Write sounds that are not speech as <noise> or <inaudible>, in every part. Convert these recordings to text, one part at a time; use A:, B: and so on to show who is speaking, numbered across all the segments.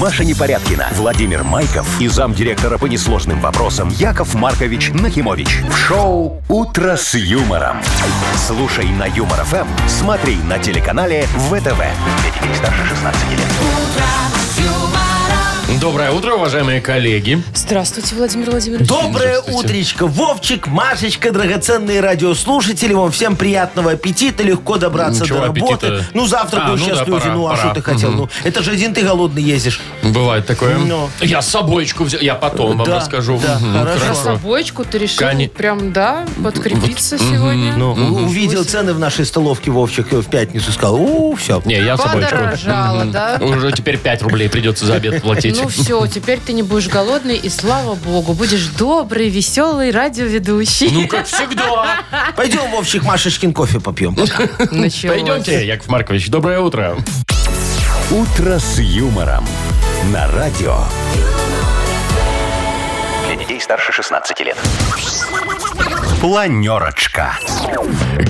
A: Маша Непорядкина, Владимир Майков и замдиректора по несложным вопросам Яков Маркович Нахимович. В шоу «Утро с юмором». Слушай на Юмор ФМ, смотри на телеканале ВТВ. Для детей старше 16 лет.
B: Доброе утро, уважаемые коллеги.
C: Здравствуйте, Владимир Владимирович.
D: Доброе
B: Здравствуйте.
D: утречко, Вовчик, Машечка, драгоценные радиослушатели. Вам всем приятного аппетита, легко добраться
B: Ничего
D: до работы.
B: аппетита.
D: Ну, завтрак
B: А, ну
D: сейчас
B: да,
D: люди,
B: пора,
D: ну а
B: пора.
D: что ты хотел?
B: Мгм.
D: Ну, это же один ты голодный ездишь.
B: Бывает такое.
D: Ну.
B: Я с собойчку взял. Я потом вам
D: Да,
B: расскажу.
D: да,
B: Мгм,
D: хорошо.
C: Про собойчку ты решил
B: Кани-
C: прям, да, подкрепиться сегодня.
D: Ну, увидел цены в нашей столовке, Вовчик, э, в пятницу сказал, у, все.
B: Не, я собойчку.
C: Подорожало, да?
B: Уже теперь 5 рублей придется за обед платить.
C: Ну все, теперь ты не будешь голодный, и слава богу, будешь добрый, веселый радиоведущий.
B: Ну, как всегда.
D: Пойдем, Вовчик, Машечкин кофе попьем. Пока.
B: Ну,
C: Началось.
B: Пойдемте, Яков Маркович, доброе утро.
A: «Утро с юмором» на радио. Для детей старше 16 лет. Планерочка.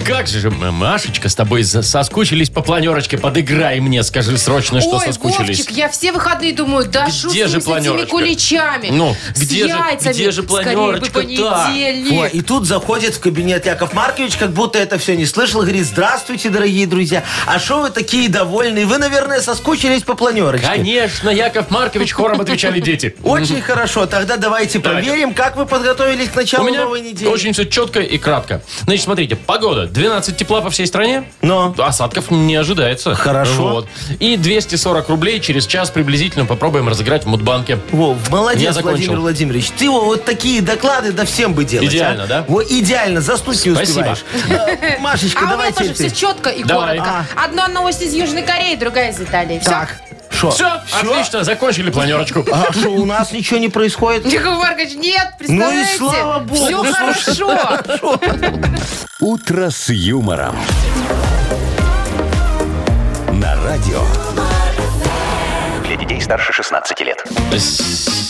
B: Как же, мы, Машечка, с тобой за- соскучились по планерочке. Подыграй мне, скажи срочно, что
C: Ой,
B: соскучились.
C: Вовчик, я все выходные думаю, да шут
B: Где
C: с
B: же
C: ним, с этими
B: планерочка?
C: куличами.
B: Ну,
C: с
B: где же-
C: яйцами.
B: где же
C: Скорее бы
B: планерочка-то?
D: Ой,
C: понедельник.
D: и тут заходит в кабинет Яков Маркович, как будто это все не слышал, говорит, здравствуйте, дорогие друзья. А что вы такие довольные? Вы, наверное, соскучились по планерочке.
B: Конечно, Яков Маркович, хором отвечали дети.
D: Очень хорошо. Тогда давайте
B: Давайте.
D: проверим, как вы подготовились к
B: У
D: началу
B: меня
D: новой недели.
B: очень все четко и кратко. Значит, смотрите, погода. 12 тепла по всей стране.
D: Но.
B: Осадков не ожидается.
D: Хорошо.
B: Вот. И 240 рублей через час приблизительно попробуем разыграть в Мудбанке.
D: Во, молодец,
B: Я закончил.
D: Владимир Владимирович. Ты во, вот такие доклады да всем бы делать.
B: Идеально,
D: а.
B: да?
D: Во, идеально, заснуть не
B: Спасибо. <laughs>
D: успеваешь. Э, Машечка,
C: А у меня
D: давайте
C: тоже
D: ты.
C: все четко и
B: Давай.
C: коротко. Одна новость из Южной Кореи, другая из Италии. Все.
D: Так, что?
B: Все, отлично, закончили планерочку.
D: А что, у нас ничего не происходит?
C: Яков Маркович, нет,
D: Ну и
C: представляете?
D: слава богу. ну,
C: Все хорошо.
A: «Утро с юмором». На радио. Для детей старше 16 лет.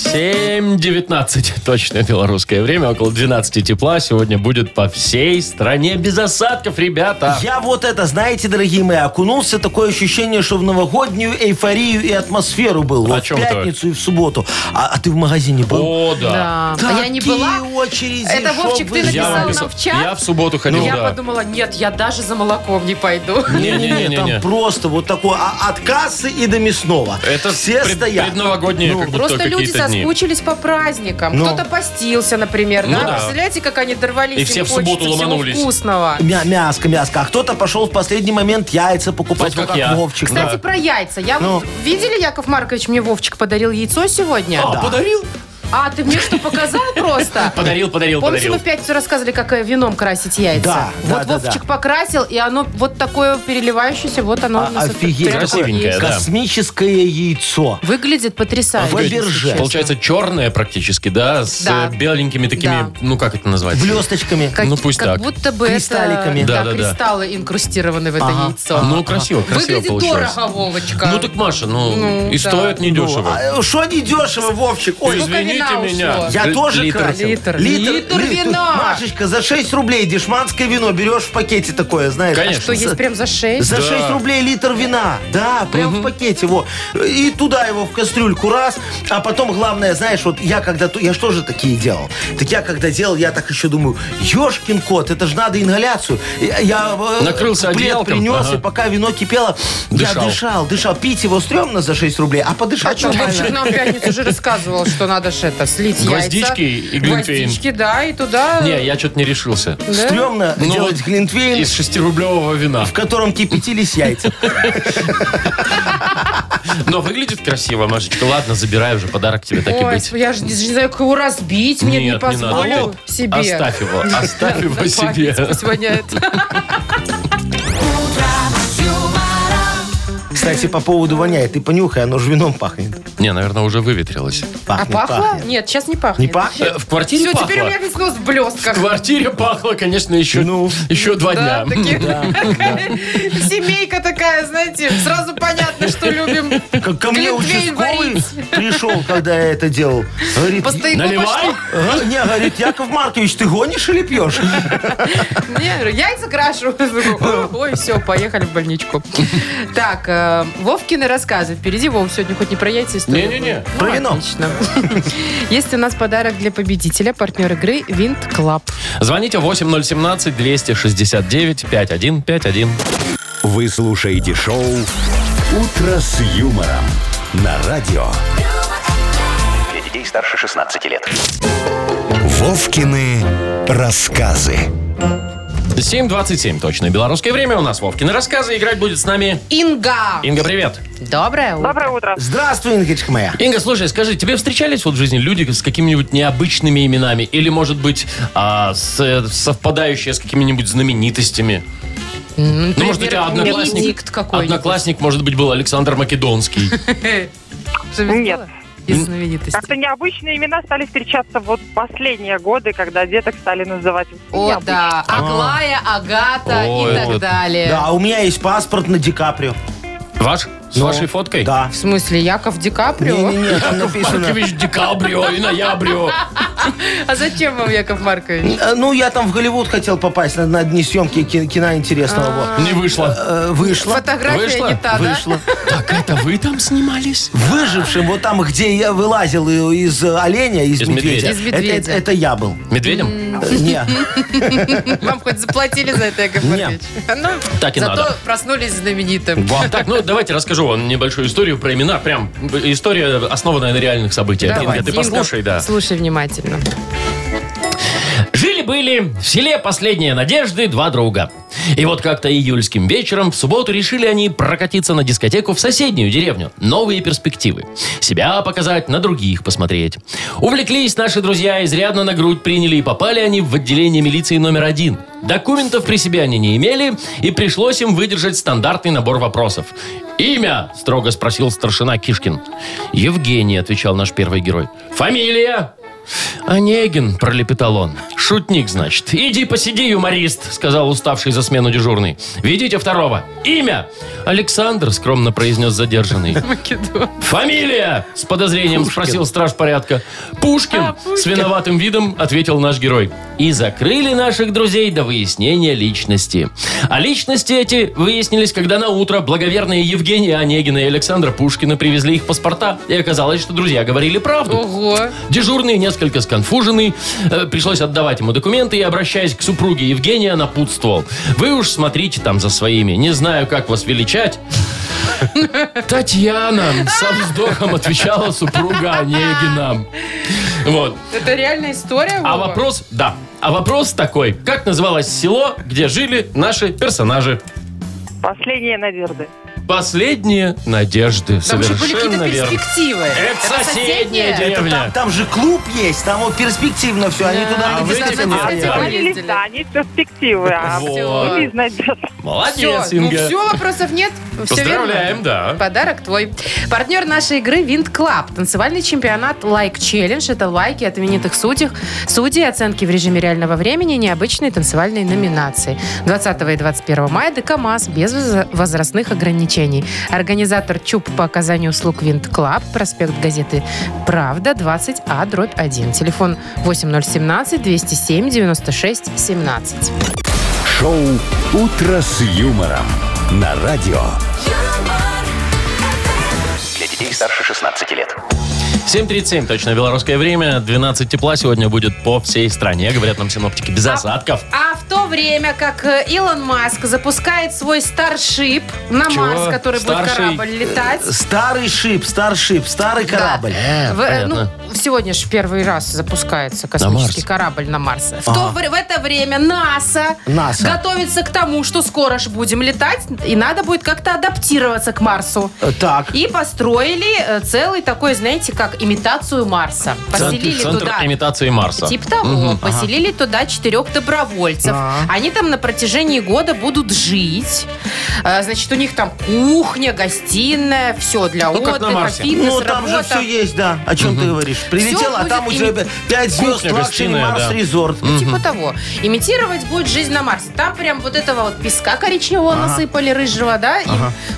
B: 7.19, точное белорусское время, около 12 тепла. Сегодня будет по всей стране без осадков, ребята.
D: Я вот это, знаете, дорогие мои, окунулся такое ощущение, что в новогоднюю эйфорию и атмосферу был. Вот в
B: чем это?
D: пятницу и в субботу. А, а ты в магазине был?
B: О, да.
C: Да. А я не
D: Такие
C: была.
D: очереди,
C: Это,
D: чтоб
C: Вовчик, ты
D: вы
B: Я
C: написал
B: вам
C: нам
B: писал.
C: в чат?
B: Я в
D: Ну,
B: субботу ходил,
C: Я
B: Ну да.
C: подумала, нет, я даже за молоком не пойду.
D: Там
B: Не-не-не-не.
D: просто вот такое а, от кассы и до мясного.
B: Это
D: все
B: пред-
D: стоят.
B: предновогодние Ну, как будто
C: Просто люди
B: какие-то дни.
C: соскучились по праздникам.
D: Ну.
C: Кто-то постился, например,
B: Ну
C: да?
B: да.
C: Представляете, как они дорвались?
B: И
C: им
B: все в
C: хочется
B: субботу
C: всего
B: ломанулись.
C: вкусного.
D: Мя- мяско, мяско. А кто-то пошел в последний момент яйца покупать,
B: Вот
D: ну,
B: как
D: как
B: я.
D: Вовчик.
C: Кстати,
D: Да.
C: про яйца. Я
D: Ну.
C: вот- видели, Яков Маркович мне Вовчик подарил яйцо сегодня?
B: А, подарил?
C: А, ты мне что, показал просто?
B: Подарил, подарил,
C: Помните, мы
B: подарил.
C: в пятницу рассказывали, как э, вином красить яйца?
D: Да,
C: Вот
D: да, да,
C: Вовчик
D: да.
C: покрасил, и оно вот такое переливающееся, вот оно
D: А-
C: у нас вот
D: офигеть,
C: прям
B: какое красивенькое,
C: есть.
B: да.
D: Космическое яйцо.
C: Выглядит потрясающе.
D: Выглядит, Оберже.
C: если честно.
B: Получается черное практически, да, с
C: Да.
B: э, беленькими такими,
C: Да.
B: ну как это назвать?
D: Блесточками.
C: Как,
B: Ну, пусть
C: как
B: так.
C: будто бы
D: Кристалликами.
C: это да,
B: Да-да-да.
C: кристаллы инкрустированы в это
D: Ага.
C: яйцо.
B: Ну, красиво, красиво
C: Выглядит
B: получилось.
C: дорого, Вовочка.
B: Ну так, Маша, ну,
C: Ну,
B: и
C: да.
B: стоит недешево.
D: А, э,
B: Ну,
D: Что недешево, Вовчик? Ой,
C: Сколько
B: Извините
C: вина
B: меня.
C: ушло?
D: Я
B: Л-
D: тоже
B: литр.
D: красил.
C: Литр. Литр вина.
D: Машечка, за 6 рублей дешманское вино берешь в пакете такое, знаешь.
B: Конечно.
C: А Что, есть прям за шесть?
D: За
B: Да.
D: 6 рублей литр вина. Да, прям в пакете. Во. И туда его в кастрюльку раз. А потом, главное, знаешь, вот я когда... ту- Я что же такие делал? Так я когда делал, я так еще думаю, ешкин кот, это же надо ингаляцию. Я, я, э,
B: Накрылся
D: плед
B: одеялком,
D: принес,
B: ага.
D: и пока вино кипело,
B: Дышал.
D: я дышал, дышал. Пить его стрёмно за 6 рублей, а подышать
C: Что,
D: нормально.
C: Вовчик нам в пятницу уже рассказывал, что надо ж это, слить
B: Гвоздички
C: яйца.
B: и глинтвейн.
C: Гвоздички, да, и туда...
B: Не, я что-то не решился.
C: Да?
D: Стрёмно
B: Ну
D: делать
B: вот
D: глинтвейн,
B: Из шестирублевого вина.
D: в котором кипятились яйца.
B: Но выглядит красиво, Машечка. Ладно, забирай уже подарок тебе, так и
C: Ой,
B: быть.
C: я же не, не знаю, как его разбить, мне
B: Нет,
C: не
B: не надо.
C: позволю
B: Вот,
C: себе.
B: оставь
C: <laughs>
B: его, оставь его
C: На
B: себе.
C: память Сегодня это.
D: Кстати, по поводу воняет. Ты понюхай, оно же вином пахнет.
B: Не, наверное, уже выветрилось.
C: А
D: Пахнет,
C: пахло?
D: пахнет.
C: Нет, сейчас не пахнет.
D: Не пахнет?
B: Э, В квартире
C: Все,
B: пахло.
C: теперь у меня весь нос в блестках.
B: В квартире пахло, конечно, еще,
D: Ну.
B: еще два
C: Да,
B: дня.
C: такие- Семейка такая, знаете, сразу понятно, что любим.
D: Ко, ко мне
C: Глинтвейн
D: участковый
C: варить.
D: пришел, когда я это делал. Говорит,
C: По стояку
B: Наливай!
D: «Ага». не, говорит, Яков Маркович, ты гонишь или пьешь?
C: пошло. Не, говорю, Яйца крашу. Думаю, Ой, все, поехали в больничку. Так, э, Вовкины рассказы. Впереди Вов сегодня хоть не про яйца историю?
B: Не-не-не.
C: Ну,
D: Про вино.
C: Отлично. Есть у нас подарок для победителя, партнер игры Винт Клаб.
B: Звоните 8017-269-5151.
A: Вы слушаете шоу «Утро с юмором» на радио. Для детей старше 16 лет. Вовкины рассказы.
B: 7.27 точно. Белорусское время у нас. Вовкины рассказы. Играть будет с нами
C: Инга.
B: Инга, привет.
C: Доброе утро.
E: Доброе утро.
D: Здравствуй, Ингочка моя.
B: Инга, слушай, скажи, тебе встречались вот в жизни люди с какими-нибудь необычными именами? Или, может быть, а, с, э, совпадающие с какими-нибудь знаменитостями? ну, может, у тебя
C: например,
B: одноклассник,
C: Бенедикт какой-нибудь.
B: одноклассник, может быть, был Александр Македонский.
C: Что, везде
E: Нет.
C: было? Из знаменитостей.
E: Как-то необычные имена стали встречаться вот последние годы, когда деток стали называть.
C: О,
E: необычно.
C: да. Аглая, Агата
B: Ой,
C: и так
B: вот.
C: далее.
D: А. Да, у меня есть паспорт на Ди Каприо.
B: Ваш? С
D: Ну,
B: вашей фоткой?
D: Да.
C: В смысле, Яков Ди Каприо?
D: Не-не-не, там написано...
B: Маркович Декабрио и Ноябрио.
C: А зачем вам Яков Маркович?
D: Э, Ну, я там в Голливуд хотел попасть на, на дни съемки ки- кино интересного.
C: А.
D: вот.
B: Не вышло.
D: Э, Вышло.
C: Фотография
B: Вышла?
C: не та, да?
D: Вышло.
B: Так это вы там снимались?
D: Выжившим, вот там, где я вылазил и- из э, оленя, из,
B: Из медведя.
D: медведя.
C: Из медведя.
D: Это, это я был.
B: Медведем?
D: Э, Не.
C: Вам хоть заплатили за это, Яков
D: Не.
C: Маркович? Ну,
B: Так и
C: зато
B: надо.
C: проснулись знаменитым.
B: Вам Так, ну давайте расскажу вам небольшую историю про имена. Прям история, основанная на реальных событиях.
D: Давай.
B: Инга, ты
C: Инга,
B: послушай, да.
C: Слушай внимательно.
B: Жили-были в селе Последние Надежды два друга. И вот как-то июльским вечером в субботу решили они прокатиться на дискотеку в соседнюю деревню. Новые перспективы. Себя показать, на других посмотреть. Увлеклись наши друзья, изрядно на грудь приняли и попали они в отделение милиции номер один. Документов при себе они не имели, и пришлось им выдержать стандартный набор вопросов. «Имя?» – строго спросил старшина Кишкин. «Евгений», – отвечал наш первый герой. «Фамилия?» «Онегин», — пролепетал он. «Шутник, значит. Иди посиди, юморист», — сказал уставший за смену дежурный. «Ведите второго. Имя?» «Александр», — скромно произнес задержанный. «Фамилия?» — с подозрением спросил страж порядка. «Пушкин», с виноватым видом ответил наш герой. И закрыли наших друзей до выяснения личности. А личности эти выяснились, когда на утро благоверные Евгения Онегина и Александра Пушкина привезли их паспорта. И оказалось, что друзья говорили правду.
C: Ого.
B: Дежурный, несколько сконфуженный, э, пришлось отдавать ему документы и, обращаясь к супруге Евгения, напутствовал. Вы уж смотрите там за своими, не знаю, как вас величать. Татьяна со вздохом отвечала супруга Онегина. Вот.
C: Это реальная история,
B: А
C: Вова?
B: вопрос, да, а вопрос такой. Как называлось село, где жили наши персонажи?
E: Последние надежды.
B: Последние надежды.
C: Там же были
B: Совершенно
C: какие-то
B: верно. Э,
C: перспективы.
B: Это соседняя
D: Это
B: деревня.
D: там, там же клуб есть, там вот перспективно все. Они
C: Да,
D: туда
B: а вы
D: регистрацию
B: теперь не
D: проходили.
C: Да,
E: Они
C: ездили.
E: не перспективы, а
B: Вот.
E: были из надежд.
C: Все,
B: Молодец,
C: ну
B: Инга.
C: все, вопросов нет. Все
B: Поздравляем,
C: верно?
B: да.
C: Подарок твой. Партнер нашей игры Винт Клаб. Танцевальный чемпионат Лайк Челлендж. Это лайки от именитых судей, судей, оценки в режиме реального времени, необычные танцевальные номинации. 20 и 21 мая ДК МАЗ без возра- возрастных ограничений. Организатор ЧУП по оказанию услуг Винт Клаб, проспект газеты «Правда», 20А, дробь 1. Телефон 8017 207 96 17.
A: Шоу «Утро с юмором» на радио. Для детей старше 16 лет.
B: 7.37, точно, белорусское время. 12 тепла сегодня будет по всей стране, говорят нам синоптики, без осадков.
C: А в то время, как э, Илон Маск запускает свой старшип на
B: Чего?
C: Марс, который будет
B: Старший,
C: корабль летать.
D: Старый шип, старый шип, старый
C: Да.
D: корабль.
B: Э,
C: В- э,
B: понятно.
C: ну, сегодня же в первый раз запускается космический
B: Марс.
C: корабль на Марс. В, то вре- в это время НАСА,
D: НАСА.
C: готовится к тому, что скоро ж будем летать, и надо будет как-то адаптироваться к Марсу.
D: Э, Так.
C: И построили э, целый такой, знаете, как имитацию Марса. Поселили
B: Центр
C: туда
B: имитации Марса.
C: Типа того, поселили туда четырех добровольцев.
D: Ага.
C: Они там на протяжении года будут жить. Э, Значит, у них там кухня, гостиная, все для
B: Ну, как на
C: отдыха,
B: Марсе.
C: фитнес,
D: Ну, там
C: работа.
D: же все есть, да. О чем ты говоришь? Прилетел, а
C: будет
D: там уже
C: ими-
D: 5 звезд,
B: Кухня,
D: лакшери,
B: гостиная,
D: Марс
B: да.
D: Резорт. Э,
C: Ну, Типа того. Имитировать будет жизнь на Марсе. Там прям вот этого вот песка коричневого насыпали, рыжего, да? и-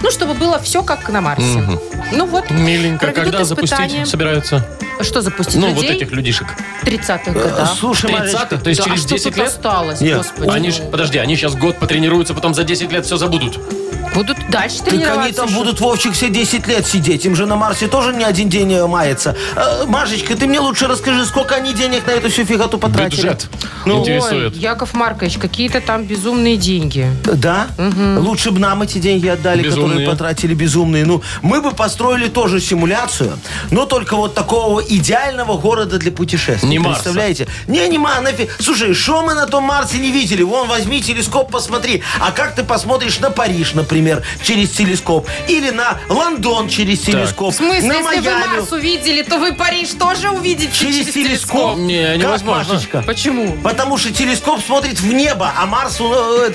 C: Ну, чтобы было все как на Марсе. Ну вот.
B: Миленько,
C: проведут
B: когда
C: испытания.
B: запустить собираются?
C: Что запустить
B: Ну, вот
C: людей?
B: этих людишек.
C: в 30-х
D: Э,
C: годах.
D: Слушай,
B: 30-х,
D: Марочка,
B: то есть
C: Да, а
B: через
C: что
B: 10
C: тут
B: лет?
C: осталось,
D: Нет,
C: господи.
B: Они ж, подожди, они сейчас год потренируются, потом за 10 лет все забудут.
C: Будут дальше
D: Так
C: тренироваться.
D: они там
C: что ли?
D: будут, Вовчик, все 10 лет сидеть. Им же на Марсе тоже не один день э, мается. Э, Машечка, ты мне лучше расскажи, сколько они денег на эту всю фиготу потратили?
B: Бюджет
D: Ну,
B: интересует.
C: Ой, Яков Маркович, какие-то там безумные деньги.
D: Да? Лучше бы нам эти деньги отдали,
B: Безумные.
D: которые потратили безумные. Ну, мы бы построили тоже симуляцию, но только вот такого идеального города для путешествий.
B: Не Марса.
D: Представляете? Не, не Марса. нафиг. Слушай, что мы на том Марсе не видели? Вон, возьми телескоп, посмотри. А как ты посмотришь на Париж, например, через телескоп? Или на Лондон через телескоп?
C: В смысле,
D: на
C: если
D: Майами.
C: вы Марс увидели, то вы Париж тоже увидите
D: Через телескоп?
B: Не,
D: Как,
B: невозможно.
D: Машечка?
C: Почему?
D: Потому что телескоп смотрит в небо, а Марс э,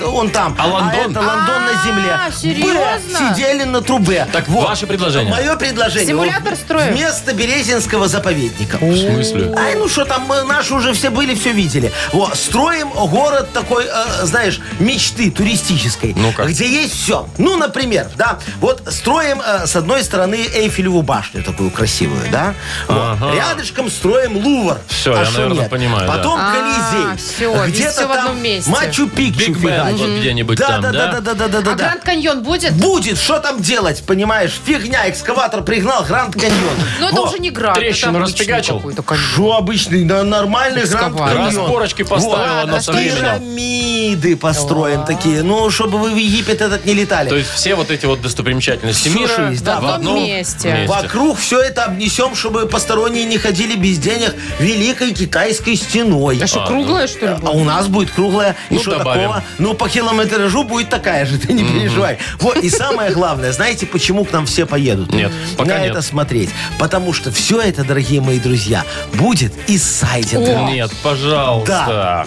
D: э, он там.
B: А Лондон?
D: это Лондон на Земле.
C: А, серьезно?
D: Б, сидели на трубе.
B: Так, ваше предложение.
D: Мое предложение.
C: Симулятор
D: Вот
C: строим?
D: Вместо Березинского заповедника.
B: В смысле?
D: Ай, ну что там, мы, наши уже все были, все видели. Вот, строим город такой, э, знаешь, мечты туристической.
B: Ну-ка.
D: Где есть все. Ну, например, да, вот строим э, с одной стороны Эйфелеву башню такую красивую, да? Вот. Рядышком строим Лувр. А
B: Всё, я,
D: шо
B: наверное, понимаю, да.
D: Потом
C: А,
D: Колизей.
C: всё,
D: Где-то
C: всё в
D: там
C: одном месте.
D: Мачу-Пикчу
B: Биг Бен ну,
D: фигачит.
B: вот где-нибудь
D: Да,
B: там, да?
D: да, да, да, да, да, да,
C: А
D: да.
C: Гранд Каньон будет?
D: Будет, что там делать, понимаешь? Фигня, экскаватор пригнал, Гранд Каньон.
C: Ну, это
D: Во.
C: уже не Гранд,
B: Трещину
C: это обычный
B: распегачил.
C: какой-то каньон.
D: Что обычный, на нормальный Гранд
C: Экскаватор.
D: Каньон.
B: Распорочки поставила
C: Ладно,
B: на
C: что
B: современном.
D: Пирамиды построим
C: Да.
D: такие. Ну, чтобы вы в Египет этот не летали.
B: То есть все вот эти вот достопримечательности
D: Всё,
B: мира
D: что есть, да,
B: в
D: в
C: одном
B: одном
C: месте.
B: месте.
D: Вокруг все это обнесем, чтобы посторонние не ходили без денег великой китайской стеной.
C: А что, круглое, что ли,
D: А
C: будет?
D: у нас будет круглая. И
B: Ну,
D: что
B: добавим.
D: такого? Ну, по километражу будет такая же, ты не переживай. Вот, и самое главное, знаете, почему к нам все поедут?
B: Нет, пока
D: На
B: нет.
D: это смотреть. Потому что все это, дорогие мои друзья, будет из сайдинга.
B: Нет, пожалуйста.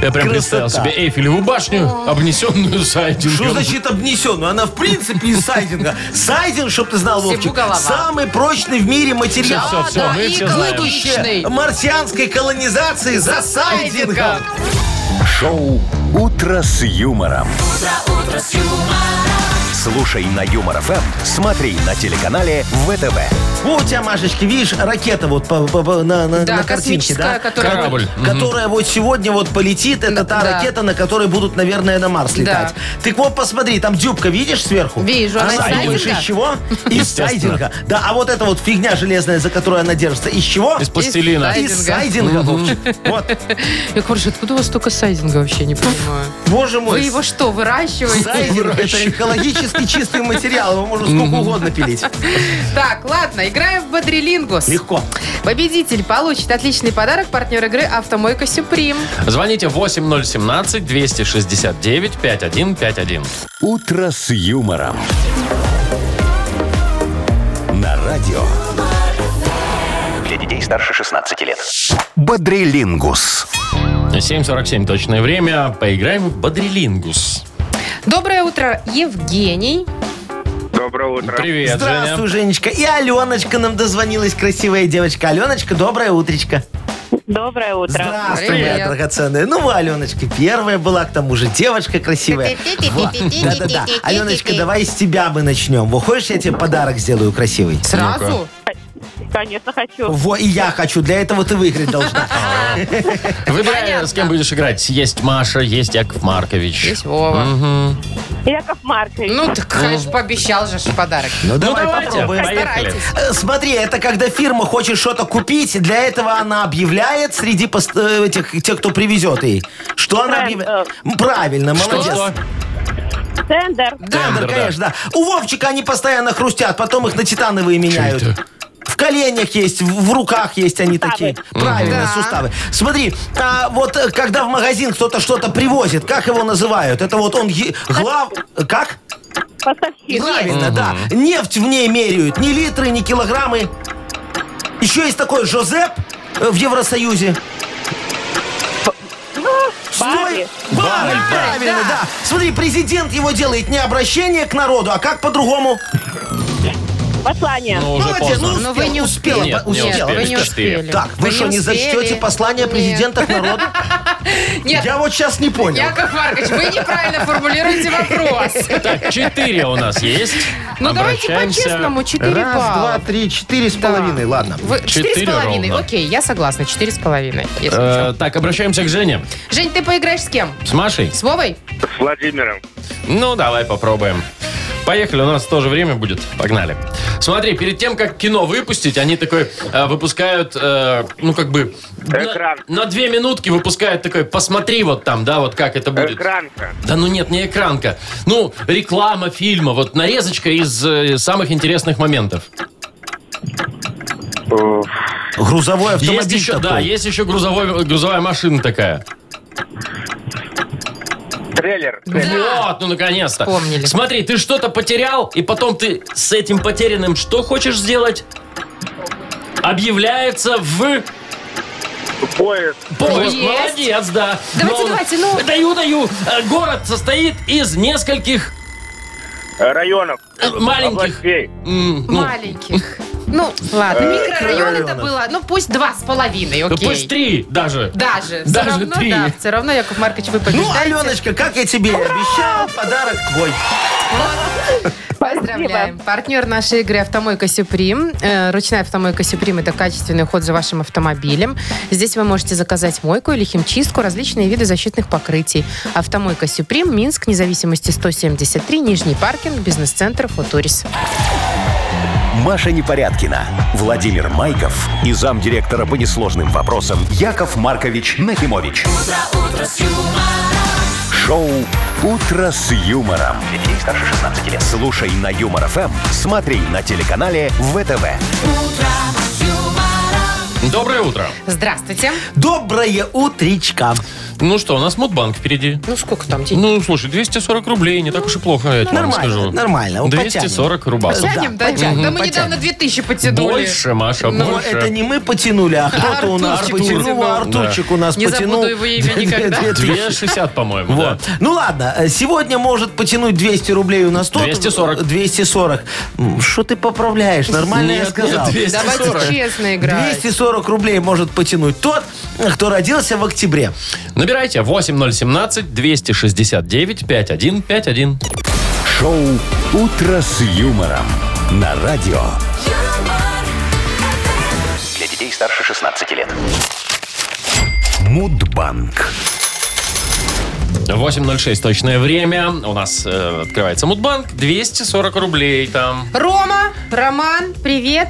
B: Я прям
D: Красота.
B: представил себе Эйфелеву башню, обнесенную сайдингом.
D: Что значит обнесенную? Ну, Она в принципе из сайдинга. Сайдинг, чтоб ты знал,
C: Всему
D: Вовчик,
C: голова.
D: самый прочный в мире материал.
B: Всё, всё, а
C: да,
B: мы
C: и
B: все знаем.
C: экологичный.
D: Будущее марсианской колонизации за сайдингом.
A: Шоу «Утро с юмором». Слушай на Юмор ФМ, смотри на телеканале ВТВ.
D: Во, у тебя, Машечка, видишь, ракета вот по- по- по- на, на-
C: Да,
D: на картинке,
C: космическая,
D: да?
C: которая-
B: Корабль. Мгм.
D: Которая вот сегодня вот полетит, это
C: Да,
D: та
C: да.
D: ракета, на которой будут, наверное, на Марс летать. Ты вот посмотри, там дюбка, видишь сверху?
C: Вижу, она из
D: думаешь,
C: сайдинга?
D: из
B: <laughs>
D: чего? Из
B: Естественно.
D: сайдинга. Да, а вот эта вот фигня железная, за которую она держится, из чего?
B: Из пластилина.
C: сайдинга.
D: Из сайдинга, Вовчик. Вот,
C: Я говорю, а откуда у вас столько сайдинга вообще, не понимаю.
D: боже
C: Вы
D: мой.
C: его что, выращиваете?
D: Сайдинг – это экологически чистый материал, его можно сколько угодно пилить.
C: Так, ладно, играем в Бодрилингус.
D: Легко.
C: Победитель получит отличный подарок партнер игры «Автомойка Сюприм».
B: Звоните 8017-269-5151.
A: «Утро с юмором». На радио.
F: Для детей старше 16 лет.
A: Бодрилингус.
B: 7.47 точное время. Поиграем в Бодрилингус.
C: Доброе утро, Евгений.
G: Доброе утро.
B: Привет,
D: Здравствуй,
B: Женя.
D: Женечка. И Аленочка нам дозвонилась, красивая девочка. Аленочка, доброе утречко.
E: Доброе утро.
D: Здравствуй, моя
C: Привет.
D: драгоценная. Ну, вы, Аленочка, первая была, к тому же девочка красивая. Вот. Да-да-да. Аленочка, давай с тебя мы начнем. Во, хочешь, я тебе подарок сделаю красивый?
C: Сразу?
E: Конечно, хочу.
D: Во, и я хочу. Для этого ты выиграть должна.
B: Выбирай, с кем будешь играть. Есть Маша, есть Яков Маркович.
C: Здесь Вова.
E: Яков Маркович.
C: Ну, так, конечно, пообещал же ж подарок.
B: <laughs>
D: Ну,
B: Ну,
D: давай
B: давайте,
D: попробуем.
B: поехали.
C: Старайтесь.
D: Э, Смотри, это когда фирма хочет что-то купить, для этого она объявляет среди пост- э, этих, тех, кто привезет ей. Что она
E: Тренд,
D: объявляет? Правильно,
B: э. Что,
D: молодец.
B: что?
E: Тендер.
D: Тендер,
B: Тендер, да.
D: конечно, да. У Вовчика они постоянно хрустят, потом их на титановые меняют.
B: это?
D: В коленях есть, в в руках есть они такие. Правильно,
C: Да.
D: суставы. Смотри, а вот э, когда в магазин кто-то что-то привозит, как его называют? Это вот он е- глав... Как?
E: Поставщик.
D: Правильно, да. Нефть в ней меряют. Не литры, не килограммы. Еще есть такой Жозеп э, в Евросоюзе.
E: Барри.
D: Баррель, правильно, да. Смотри, президент его делает не обращение к народу, а как по-другому?
E: Послание.
B: Ну, уже
D: Молодец,
B: поздно.
D: ну,
C: Но вы не
D: успела,
C: успели.
B: Нет, не
D: успела.
B: успели.
C: вы не
B: Четыре.
C: успели.
D: Так, вы, что, не
C: успели.
D: зачтете послание
C: Нет.
D: президента к народу?
C: Нет,
D: Я вот сейчас не понял.
C: Яков Маркович, вы неправильно формулируете вопрос.
D: <laughs>
B: Так, четыре у нас есть.
C: Ну, давайте
B: Обращаемся.
C: по-честному, 4
D: Раз, два,
C: балла.
D: три, четыре с
C: Да.
D: половиной, ладно.
C: Вы- Четыре с
B: Четыре
C: половиной,
B: ровно.
C: окей, я согласна, четыре с половиной. если чё.
B: Э, Так, обращаемся к Жене.
C: Жень, ты поиграешь с кем?
B: С Машей?
C: С Вовой?
G: С Владимиром.
B: Ну, давай попробуем. Поехали, у нас тоже время будет. Погнали. Смотри, перед тем, как кино выпустить, они такой э, выпускают, э, ну, как бы...
G: Экран.
B: На, на две минутки выпускают такой, посмотри вот там, да, вот как это будет.
G: Экранка.
B: Да ну нет, не экранка. Ну, реклама фильма, вот нарезочка из э, самых интересных моментов.
D: Грузовой автомобиль
B: Есть еще,
D: такой.
B: да, есть еще грузовой, грузовая машина такая.
G: Трейлер.
B: Вот, ну наконец-то.
C: Вспомнили.
B: Смотри, ты что-то потерял, и потом ты с этим потерянным что хочешь сделать? Объявляется в
G: Поезд.
B: поезд.
C: Есть.
B: Молодец, да.
C: Давайте,
B: Но он-
C: давайте, ну.
B: Даю, даю. Э, Город состоит из нескольких
G: Районов.
B: э, маленьких.
G: Областей.
B: м, ну,
C: Маленьких. Ну, ладно, микрорайон это
D: микрорайонов.
C: было, ну, пусть два с половиной,
B: да
C: окей.
B: пусть три даже.
C: Даже.
B: Даже
C: все равно,
B: три.
C: да, все равно, Яков Маркович, вы
D: Ну,
C: побеждаете.
D: Аленочка, как я тебе и обещал, подарок твой.
C: Поздравляем. Партнер нашей игры «Автомойка Сюприм». Э, Ручная «Автомойка Сюприм» — это качественный уход за вашим автомобилем. Здесь вы можете заказать мойку или химчистку, различные виды защитных покрытий. «Автомойка Сюприм», Минск, независимости 173, Нижний паркинг, бизнес-центр «Футурис».
A: Маша Непорядкина, Владимир Майков и замдиректора по несложным вопросам Яков Маркович Нахимович. Шоу Утро с юмором. Для детей старше 16 лет. Слушай на юмор ФМ, смотри на телеканале ВТВ.
B: Доброе утро.
C: Здравствуйте.
D: Доброе утречко.
B: Ну что, у нас мудбанк впереди.
C: Ну, сколько там денег?
B: Ну, слушай, 240 рублей, не так уж и плохо, я тебе
D: Нормально,
B: скажу.
D: нормально, потянем.
B: 240 рубасов.
C: Потянем, да?
D: потянем,
C: Да мы
D: потянем.
C: недавно 2000 потянули.
B: Больше, Маша,
C: ну,
D: Но
B: больше.
D: Ну, это не мы потянули, а кто-то у нас
C: Артурчик
D: потянул. Ну,
C: потянул.
D: Артурчик у нас
C: Не
D: потянул.
C: забуду его имя
D: Две-
C: никогда.
D: две тысячи.
B: 260, по-моему, да.
D: Вот. Ну ладно, э, сегодня может потянуть 200 рублей у нас тот.
B: 240.
D: 240. М, Что ты поправляешь? Нормально я
B: Нет,
D: сказал.
B: нет, 200.
C: Давайте
B: 240.
C: честно играть.
D: 240 рублей может потянуть тот, кто родился в октябре.
B: Набирайте 8017-269-5151.
A: Шоу Утро с юмором на радио.
F: Для детей старше 16 лет.
A: Мудбанк.
B: 8.06 точное время. У нас э, открывается Мудбанк. 240 рублей там.
C: Рома, Роман, привет.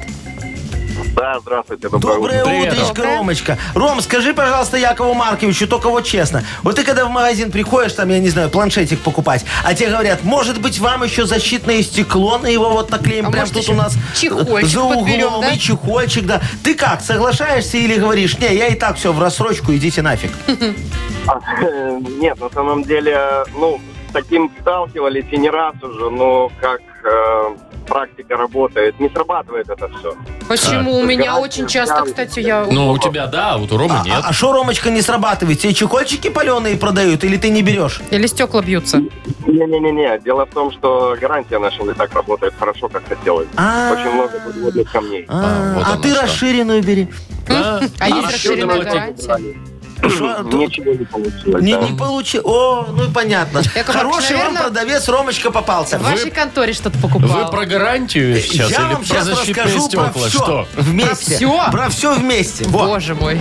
G: Да, здравствуйте.
D: Доброе
B: Привет.
D: утречко,
C: Доброе.
D: Ромочка. Ром, скажи, пожалуйста, Якову Марковичу, только вот честно. Вот ты когда в магазин приходишь, там, я не знаю, планшетик покупать, а тебе говорят, может быть, вам еще защитное стекло на его вот наклеим.
C: А
D: Прям
C: может,
D: тут
C: еще
D: у нас э,
C: чехольчик
D: за углом
C: подберем, да?
D: и чехольчик, да. Ты как, соглашаешься или говоришь, не, я и так все в рассрочку, идите нафиг.
G: <laughs> Нет, на самом деле, ну, с таким сталкивались и не раз уже, но как э, практика работает, не срабатывает это все.
C: Почему? У меня
G: Да,
C: очень часто,
G: да.
C: кстати, я...
B: Ну, у тебя да, а вот у Ромы
D: А-
B: нет.
D: А что, Ромочка, не срабатывает? Тебе чехольчики паленые продают или ты не берешь?
C: Или стекла бьются.
G: Не-не-не, дело в том, что гарантия наша не так работает хорошо, как хотелось.
D: А.
G: Очень много подводных камней.
D: А,
B: вот
D: а
B: оно
D: ты
B: что.
D: расширенную бери.
B: Да.
C: А есть
B: что
C: расширенная
B: давайте?
C: гарантия?
D: Шо, а тут-
G: Ничего не получилось.
D: Не,
G: да.
D: не получи. О, ну и понятно.
C: Яков Маркович,
D: Хороший вам
C: наверное,
D: продавец Ромочка попался.
C: В вашей конторе что-то покупал.
B: Вы про гарантию сейчас
D: Я
B: или
D: вам
B: про
D: сейчас
B: защитные
D: расскажу
B: стекла?
D: про все
B: Что?
D: вместе.
C: Про всё?
D: Про все вместе. Вот.
C: Боже мой.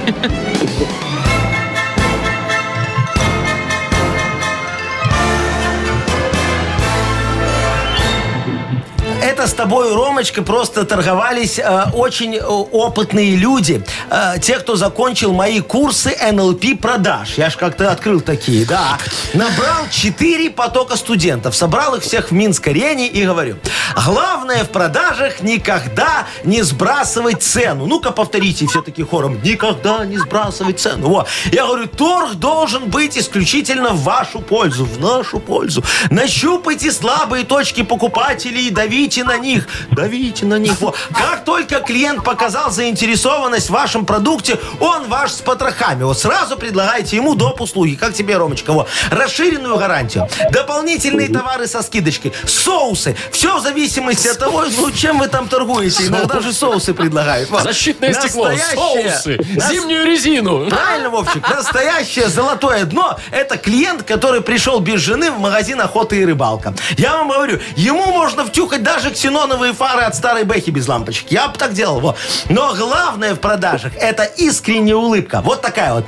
D: Это с тобой, Ромочка, просто торговались э, очень э, опытные люди. Э, те, кто закончил мои курсы НЛП продаж. Я ж как-то открыл такие, да. Набрал 4 потока студентов. Собрал их всех в Минск-арене и говорю. Главное в продажах никогда не сбрасывать цену. Ну-ка повторите все-таки хором. Никогда не сбрасывать цену. Во. Я говорю, торг должен быть исключительно в вашу пользу, в нашу пользу. Нащупайте слабые точки покупателей и давите на них. Давите на них. Во. Как только клиент показал заинтересованность в вашем продукте, он ваш с потрохами. Вот сразу предлагайте ему доп. услуги. Как тебе, Ромочка? Во. Расширенную гарантию. Дополнительные товары со скидочкой. Соусы. Все в зависимости от того, ну, чем вы там торгуете. Иногда же соусы предлагают. Во.
B: Защитное стекло,
D: Настоящее.
B: соусы,
D: Нас-
B: зимнюю резину.
D: Правильно,
C: А?
D: Вовчик, настоящее золотое дно – это клиент, который пришел без жены в магазин «Охота и рыбалка». Я вам говорю, ему можно втюхать даже ксеноновые фары от старой бэхи без лампочек. Я бы так делал. Во. Но главное в продажах – это искренняя улыбка. Вот такая вот.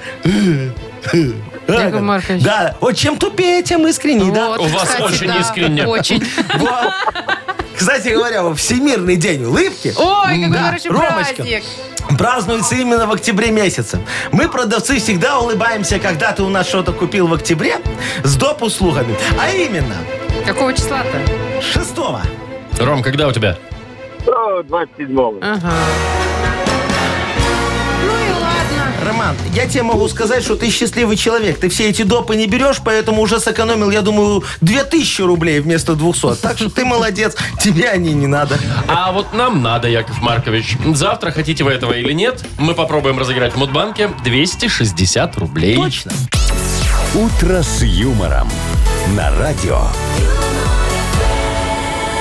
C: <laughs> Яков Маркович.
D: Да, вот чем тупее, тем искренней, <laughs> да?
C: Вот,
B: У вас очень
C: да,
B: искренне.
D: <laughs>
C: Очень.
D: Вот. Кстати говоря, во Всемирный день улыбки
C: Ой, какой
D: Да,
C: хороший
D: Ромочка.
C: праздник.
D: празднуется именно в октябре месяце. Мы, продавцы, всегда улыбаемся, когда ты у нас что-то купил в октябре с доп. услугами. А именно,
C: Какого числа-то?
D: 6
B: Ром, когда у тебя?
G: Э, 27-го.
C: Ага. Ну и ладно.
D: Роман, я тебе могу сказать, что ты счастливый человек. Ты все эти допы не берешь, поэтому уже сэкономил, я думаю, 2000 рублей вместо 200. Так что ты молодец, тебе они не надо.
B: А вот нам надо, Яков Маркович. Завтра, хотите вы этого или нет, мы попробуем разыграть в Мудбанке 260 рублей. Точно.
A: «Утро с юмором» на радио.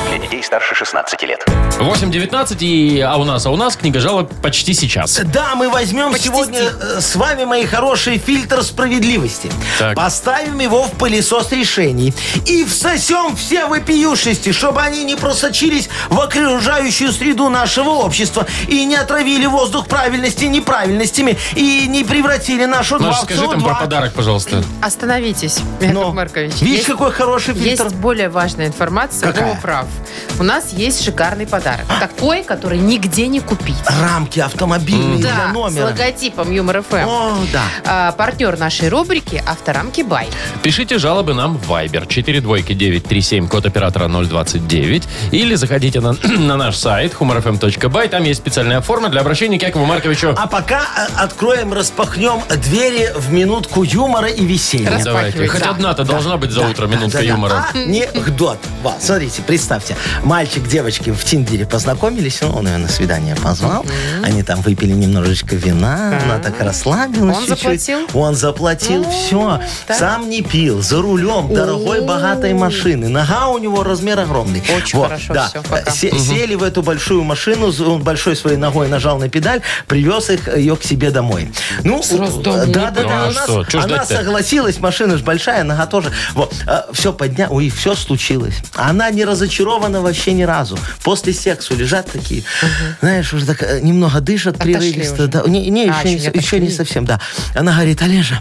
F: Для детей старше 16 лет.
B: 8.19, и, а у нас, а у нас книга жалоб почти сейчас.
D: Да, мы возьмем
C: Почти
D: сегодня
C: стих.
D: э, с вами, мои хорошие, фильтр справедливости.
B: Так.
D: Поставим его в пылесос решений и всосем все вопиюшисти, чтобы они не просочились в окружающую среду нашего общества и не отравили воздух правильности неправильностями и не превратили нашу
B: Маша,
D: два в
B: скажи там
D: CO2.
B: про подарок, пожалуйста.
C: Остановитесь,
D: Но.
C: Яков Маркович.
D: Ну, Видишь,
C: Есть-
D: какой хороший фильтр.
C: Есть более важная информация
D: Какая? А!
C: у прав. У нас есть шикарный подарок. Такой, который нигде не купить.
D: Рамки автомобильные для
C: Да, с
D: номера.
C: логотипом Юмор Эм. ФМ.
D: О, да.
C: А, партнер нашей рубрики «Авторамки Бай».
B: Пишите жалобы нам в Viber 42937, код оператора 029. Или заходите на, <clears throat> на наш сайт humorfm.by. Там есть специальная форма для обращения к Якову Марковичу.
D: А пока э, откроем, распахнем двери в минутку юмора и веселья.
C: Раз-
B: Давайте.
C: распахивается.
B: Хоть одна-то должна быть за утро минутка
D: Да-да.
B: юмора.
D: А, Анекдот. Вот, смотрите, представьте. Мальчик, девочки в Тиндере познакомились, ну, он ее на свидание позвал. Они там выпили немножечко вина, она так расслабилась
C: А. Он
D: чуть-чуть.
C: заплатил?
D: Он заплатил, все.
C: так.
D: Сам не пил, за рулем дорогой, богатой машины. Нога у него размер огромный.
C: Очень хорошо,
D: да.
C: всё, пока.
D: Се- Сели в эту большую машину, з- он большой своей ногой нажал на педаль, привез их ее к себе домой. Ну,
C: Сразу
D: э,
C: дом не
D: да, да,
B: Ну,
D: да,
B: а
D: она с-
B: что? Чё
D: она
B: ждать-то?
D: согласилась, машина же большая, нога тоже. Вот, э, все подня, ой, все случилось. Она не разочарована вообще ни разу. После сексу лежат такие, знаешь, уже так э, немного дышат,
C: Отошли
D: прерывисто.
C: уже.
D: да. Не, не,
C: А,
D: еще, не,
C: еще не
D: со- еще не
C: отошли.
D: совсем, да. Она говорит, Олежа,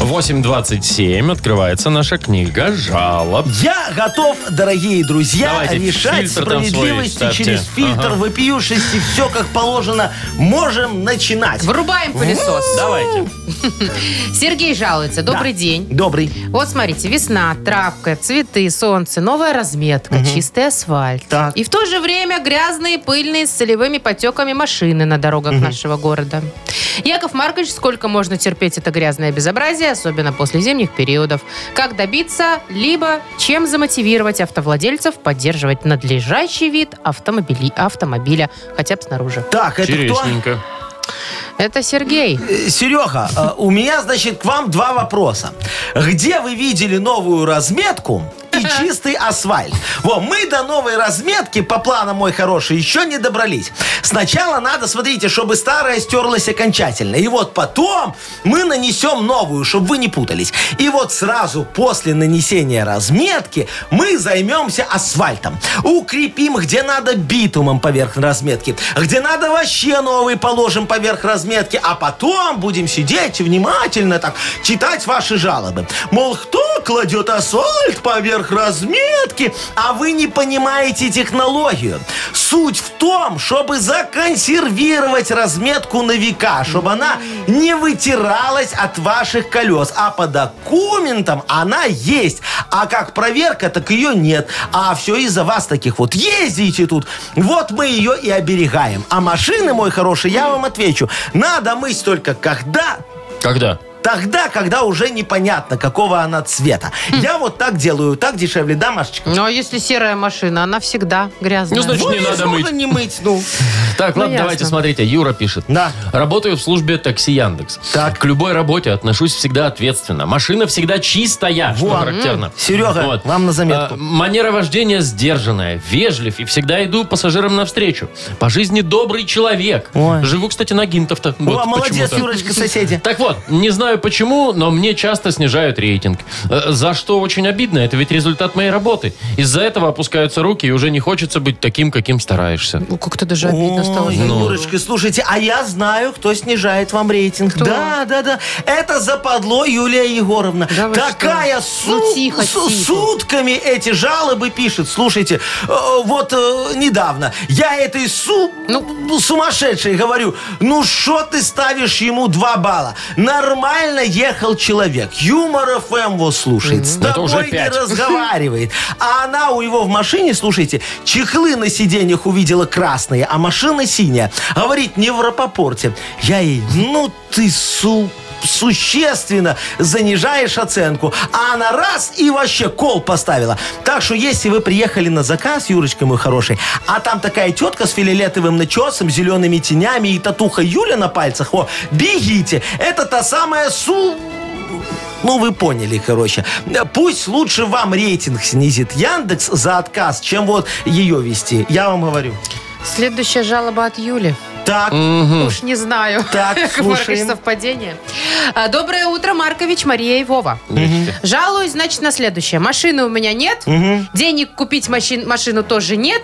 B: 8.27 открывается наша книга жалоб.
D: Я готов, дорогие друзья,
B: Давайте,
D: решать
B: фильтр там свой
D: справедливости
B: ставьте.
D: через фильтр
B: Ага.
D: вопиюшести. Все как положено. Можем начинать.
C: Вырубаем пылесос.
B: Давайте.
C: Сергей жалуется. Добрый день.
D: Добрый.
C: Вот смотрите, весна, травка, цветы, солнце, новая разметка, чистый асфальт.
D: Так.
C: И в то же время грязные, пыльные, с солевыми потеками машины на дорогах нашего города. Яков Маркович, сколько можно терпеть это грязное безобразие, особенно после зимних периодов? Как добиться, либо чем замотивировать автовладельцев поддерживать надлежащий вид автомобили- автомобиля, хотя бы снаружи?
D: Так, это кто?
B: Черешненько.
C: Это Сергей.
D: Э, Серега, э, у меня, значит, к вам два вопроса. Где вы видели новую разметку и чистый асфальт? Во, мы до новой разметки, по планам мой хороший, еще не добрались. Сначала надо, смотрите, чтобы старая стерлась окончательно. И вот потом мы нанесем новую, чтобы вы не путались. И вот сразу после нанесения разметки мы займемся асфальтом. Укрепим, где надо, битумом поверх разметки. Где надо, вообще новый положим поверх разметки. А потом будем сидеть и внимательно так читать ваши жалобы. Мол, кто кладет асфальт поверх разметки, а вы не понимаете технологию. Суть в том, чтобы законсервировать разметку на века, чтобы она не вытиралась от ваших колес. А по документам она есть. А как проверка, так ее нет. А все из-за вас таких вот. Ездите тут. Вот мы ее и оберегаем. А машины, мой хороший, я вам отвечу. Надо мыть только когда
B: Когда?
D: Тогда, когда уже непонятно, какого она цвета. Я вот так делаю, так дешевле, да, Машечка?
C: Ну, а если серая машина, она всегда грязная.
B: Ну, значит,
D: Ну,
B: не
D: и
B: надо
D: можно
B: мыть.
D: не мыть, ну.
B: Так,
C: Ну,
B: ладно,
C: ясно.
B: давайте, смотрите, Юра пишет.
D: Да.
B: Работаю в службе такси Яндекс.
D: Так.
B: К любой работе отношусь всегда ответственно. Машина всегда чистая, что
D: Во.
B: характерно.
D: Серега, вам на заметку.
B: А, манера вождения сдержанная, вежлив и всегда иду пассажирам навстречу. По жизни добрый человек.
D: Ой.
B: Живу, кстати, на гинтов-то.
D: О,
B: Вот
D: молодец,
B: почему-то.
D: Юрочка, соседи.
B: Так вот, не знаю почему, но мне часто снижают рейтинг. Э, За что очень обидно, это ведь результат моей работы. Из-за этого опускаются руки и уже не хочется быть таким, каким стараешься.
C: Ну, как-то даже обидно стало.
D: Ой,
C: за Юру.
D: Юрочка, слушайте, а я знаю, кто снижает вам рейтинг.
C: Кто?
D: Да, да, да. Это западло Юлия Егоровна.
C: Да вы
D: Такая
C: что? Ну,
D: су-
C: тихо,
D: су-
C: тихо.
D: сутками эти жалобы пишет. Слушайте, э, вот э, недавно я этой су...
C: Ну.
D: ну, сумасшедшей говорю, ну что ты ставишь ему два балла? Нормально ехал человек. Юмор ФМ его слушает. С
B: Это уже
D: тобой не
B: пять.
D: разговаривает. А она у его в машине, слушайте, чехлы на сиденьях увидела красные, а машина синяя. Говорит, не в рапопорте. Я ей, ну ты су существенно занижаешь оценку. А она раз и вообще кол поставила. Так что, если вы приехали на заказ, Юрочка мой хороший, а там такая тетка с филилетовым начесом, зелеными тенями и татуха Юля на пальцах, о, бегите. Это та самая су... Ну, вы поняли, короче. Пусть лучше вам рейтинг снизит Яндекс за отказ, чем вот ее вести. Я вам говорю.
C: Следующая жалоба от Юли.
D: Так,
C: Уж не знаю.
D: Так,
C: Яков
D: слушаем.
C: Маркович, совпадение. А, Доброе утро, Маркович, Мария и Вова.
B: Здрасте.
C: Жалуюсь, значит, на следующее. Машины у меня нет, денег купить машин- машину тоже нет,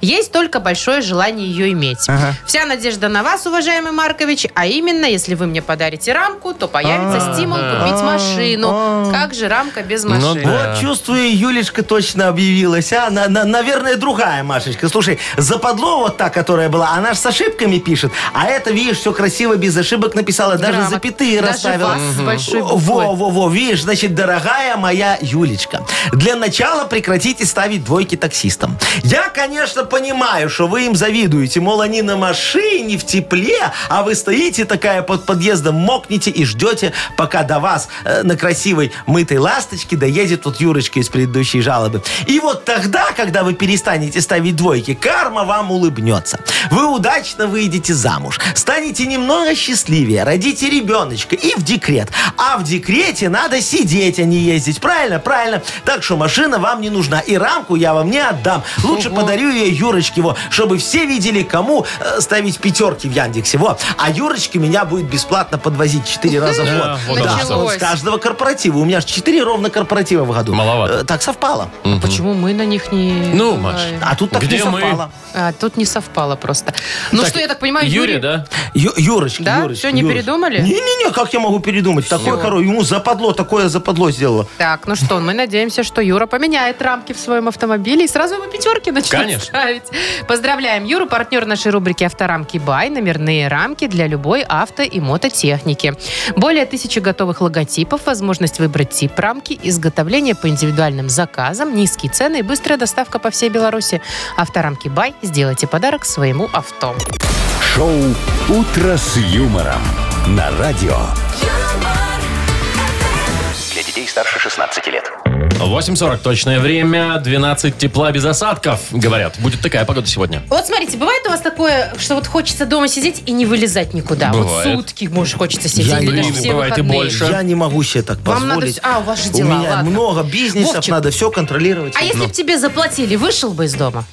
C: есть только большое желание ее иметь. Вся надежда на вас, уважаемый Маркович, а именно, если вы мне подарите рамку, то появится стимул купить машину. Как же рамка без
B: Ну
C: машины?
B: Да.
D: Вот, чувствую, Юлечка точно объявилась, а? На- на- наверное, другая Машечка. Слушай, западло вот та, которая была, она же с ошибками пишет. А это, видишь, все красиво, без ошибок написала, даже
C: Грамотно.
D: запятые
C: Даже
D: расставила.
C: вас с большой буквы.
D: во, во, во, видишь, значит, дорогая моя Юлечка, для начала прекратите ставить двойки таксистам. Я, конечно, понимаю, что вы им завидуете, мол, они на машине, в тепле, а вы стоите такая под подъездом, мокнете и ждете, пока до вас э, на красивой мытой ласточке доедет вот Юрочка из предыдущей жалобы. И вот тогда, когда вы перестанете ставить двойки, карма вам улыбнется. Вы удачно выйдете замуж, станете немного счастливее, родите ребеночка и в декрет. А в декрете надо сидеть, а не ездить. Правильно? Правильно. Так что машина вам не нужна. И рамку я вам не отдам. Лучше подарю ее Юрочке, его, чтобы все видели, кому э, ставить пятерки в Яндексе. Во. А Юрочка меня будет бесплатно подвозить четыре раза в
B: Да,
D: год.
B: вот
D: Да,
C: оно что.
D: с каждого корпоратива. У меня же 4 ровно корпоратива в году.
B: Маловато.
D: Э, Так совпало.
C: А Почему мы на них не...
B: Ну, Маш.
D: А тут так
B: Где
D: не
B: мы?
D: совпало.
C: А, тут не совпало просто. Ну
B: Так,
C: что, я так понимаю,
B: Юрий,
C: Юрий...
B: да?
D: Ю- Юрочка,
C: Да?
D: Юрочка,
C: Всё, не
D: Юрочка.
C: передумали?
D: Не-не-не, как я могу передумать? Такое, король, ему западло, такое западло сделало.
C: Так, ну что, мы надеемся, что Юра поменяет рамки в своем автомобиле и сразу ему пятерки начнет
B: Конечно.
C: ставить. Поздравляем Юру, партнер нашей рубрики «Авторамки Бай», номерные рамки для любой авто и мототехники. Более тысячи готовых логотипов, возможность выбрать тип рамки, изготовление по индивидуальным заказам, низкие цены и быстрая доставка по всей Беларуси. «Авторамки Бай» сделайте подарок своему авто.
A: Шоу «Утро с юмором» на радио.
F: Для детей старше 16 лет.
B: 8.40 точное время, 12 тепла без осадков, говорят. Будет такая погода сегодня.
C: Вот смотрите, бывает у вас такое, что вот хочется дома сидеть и не вылезать никуда?
B: Бывает.
C: Вот сутки, может, хочется сидеть.
D: Я
C: или
D: не
C: даже
D: люблю.
C: все
B: Бывает и
C: выходные.
B: больше. Что?
D: Я не могу себе так
C: Вам надо
D: позволить.
C: всё- а, у вас же
D: У
C: дела,
D: меня
C: ладно.
D: много бизнесов,
C: Вовчик.
D: надо все контролировать.
C: А если бы тебе заплатили, вышел бы из дома?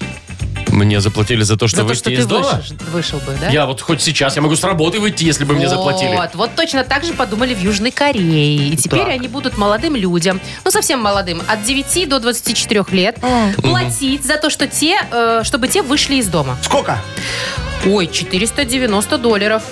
B: Мне заплатили за то, что
C: За то,
B: выйти
C: что ты
B: из дома?
C: вышел, вышел бы, да?
B: Я вот хоть сейчас, я могу с работы выйти, если бы мне заплатили.
C: Вот, вот точно так же подумали в Южной Корее. И теперь
D: Так.
C: они будут молодым людям, ну совсем молодым, от 9 до 24 лет, платить за то, что те, э, чтобы те вышли из дома.
D: Сколько?
C: Ой, 490 долларов.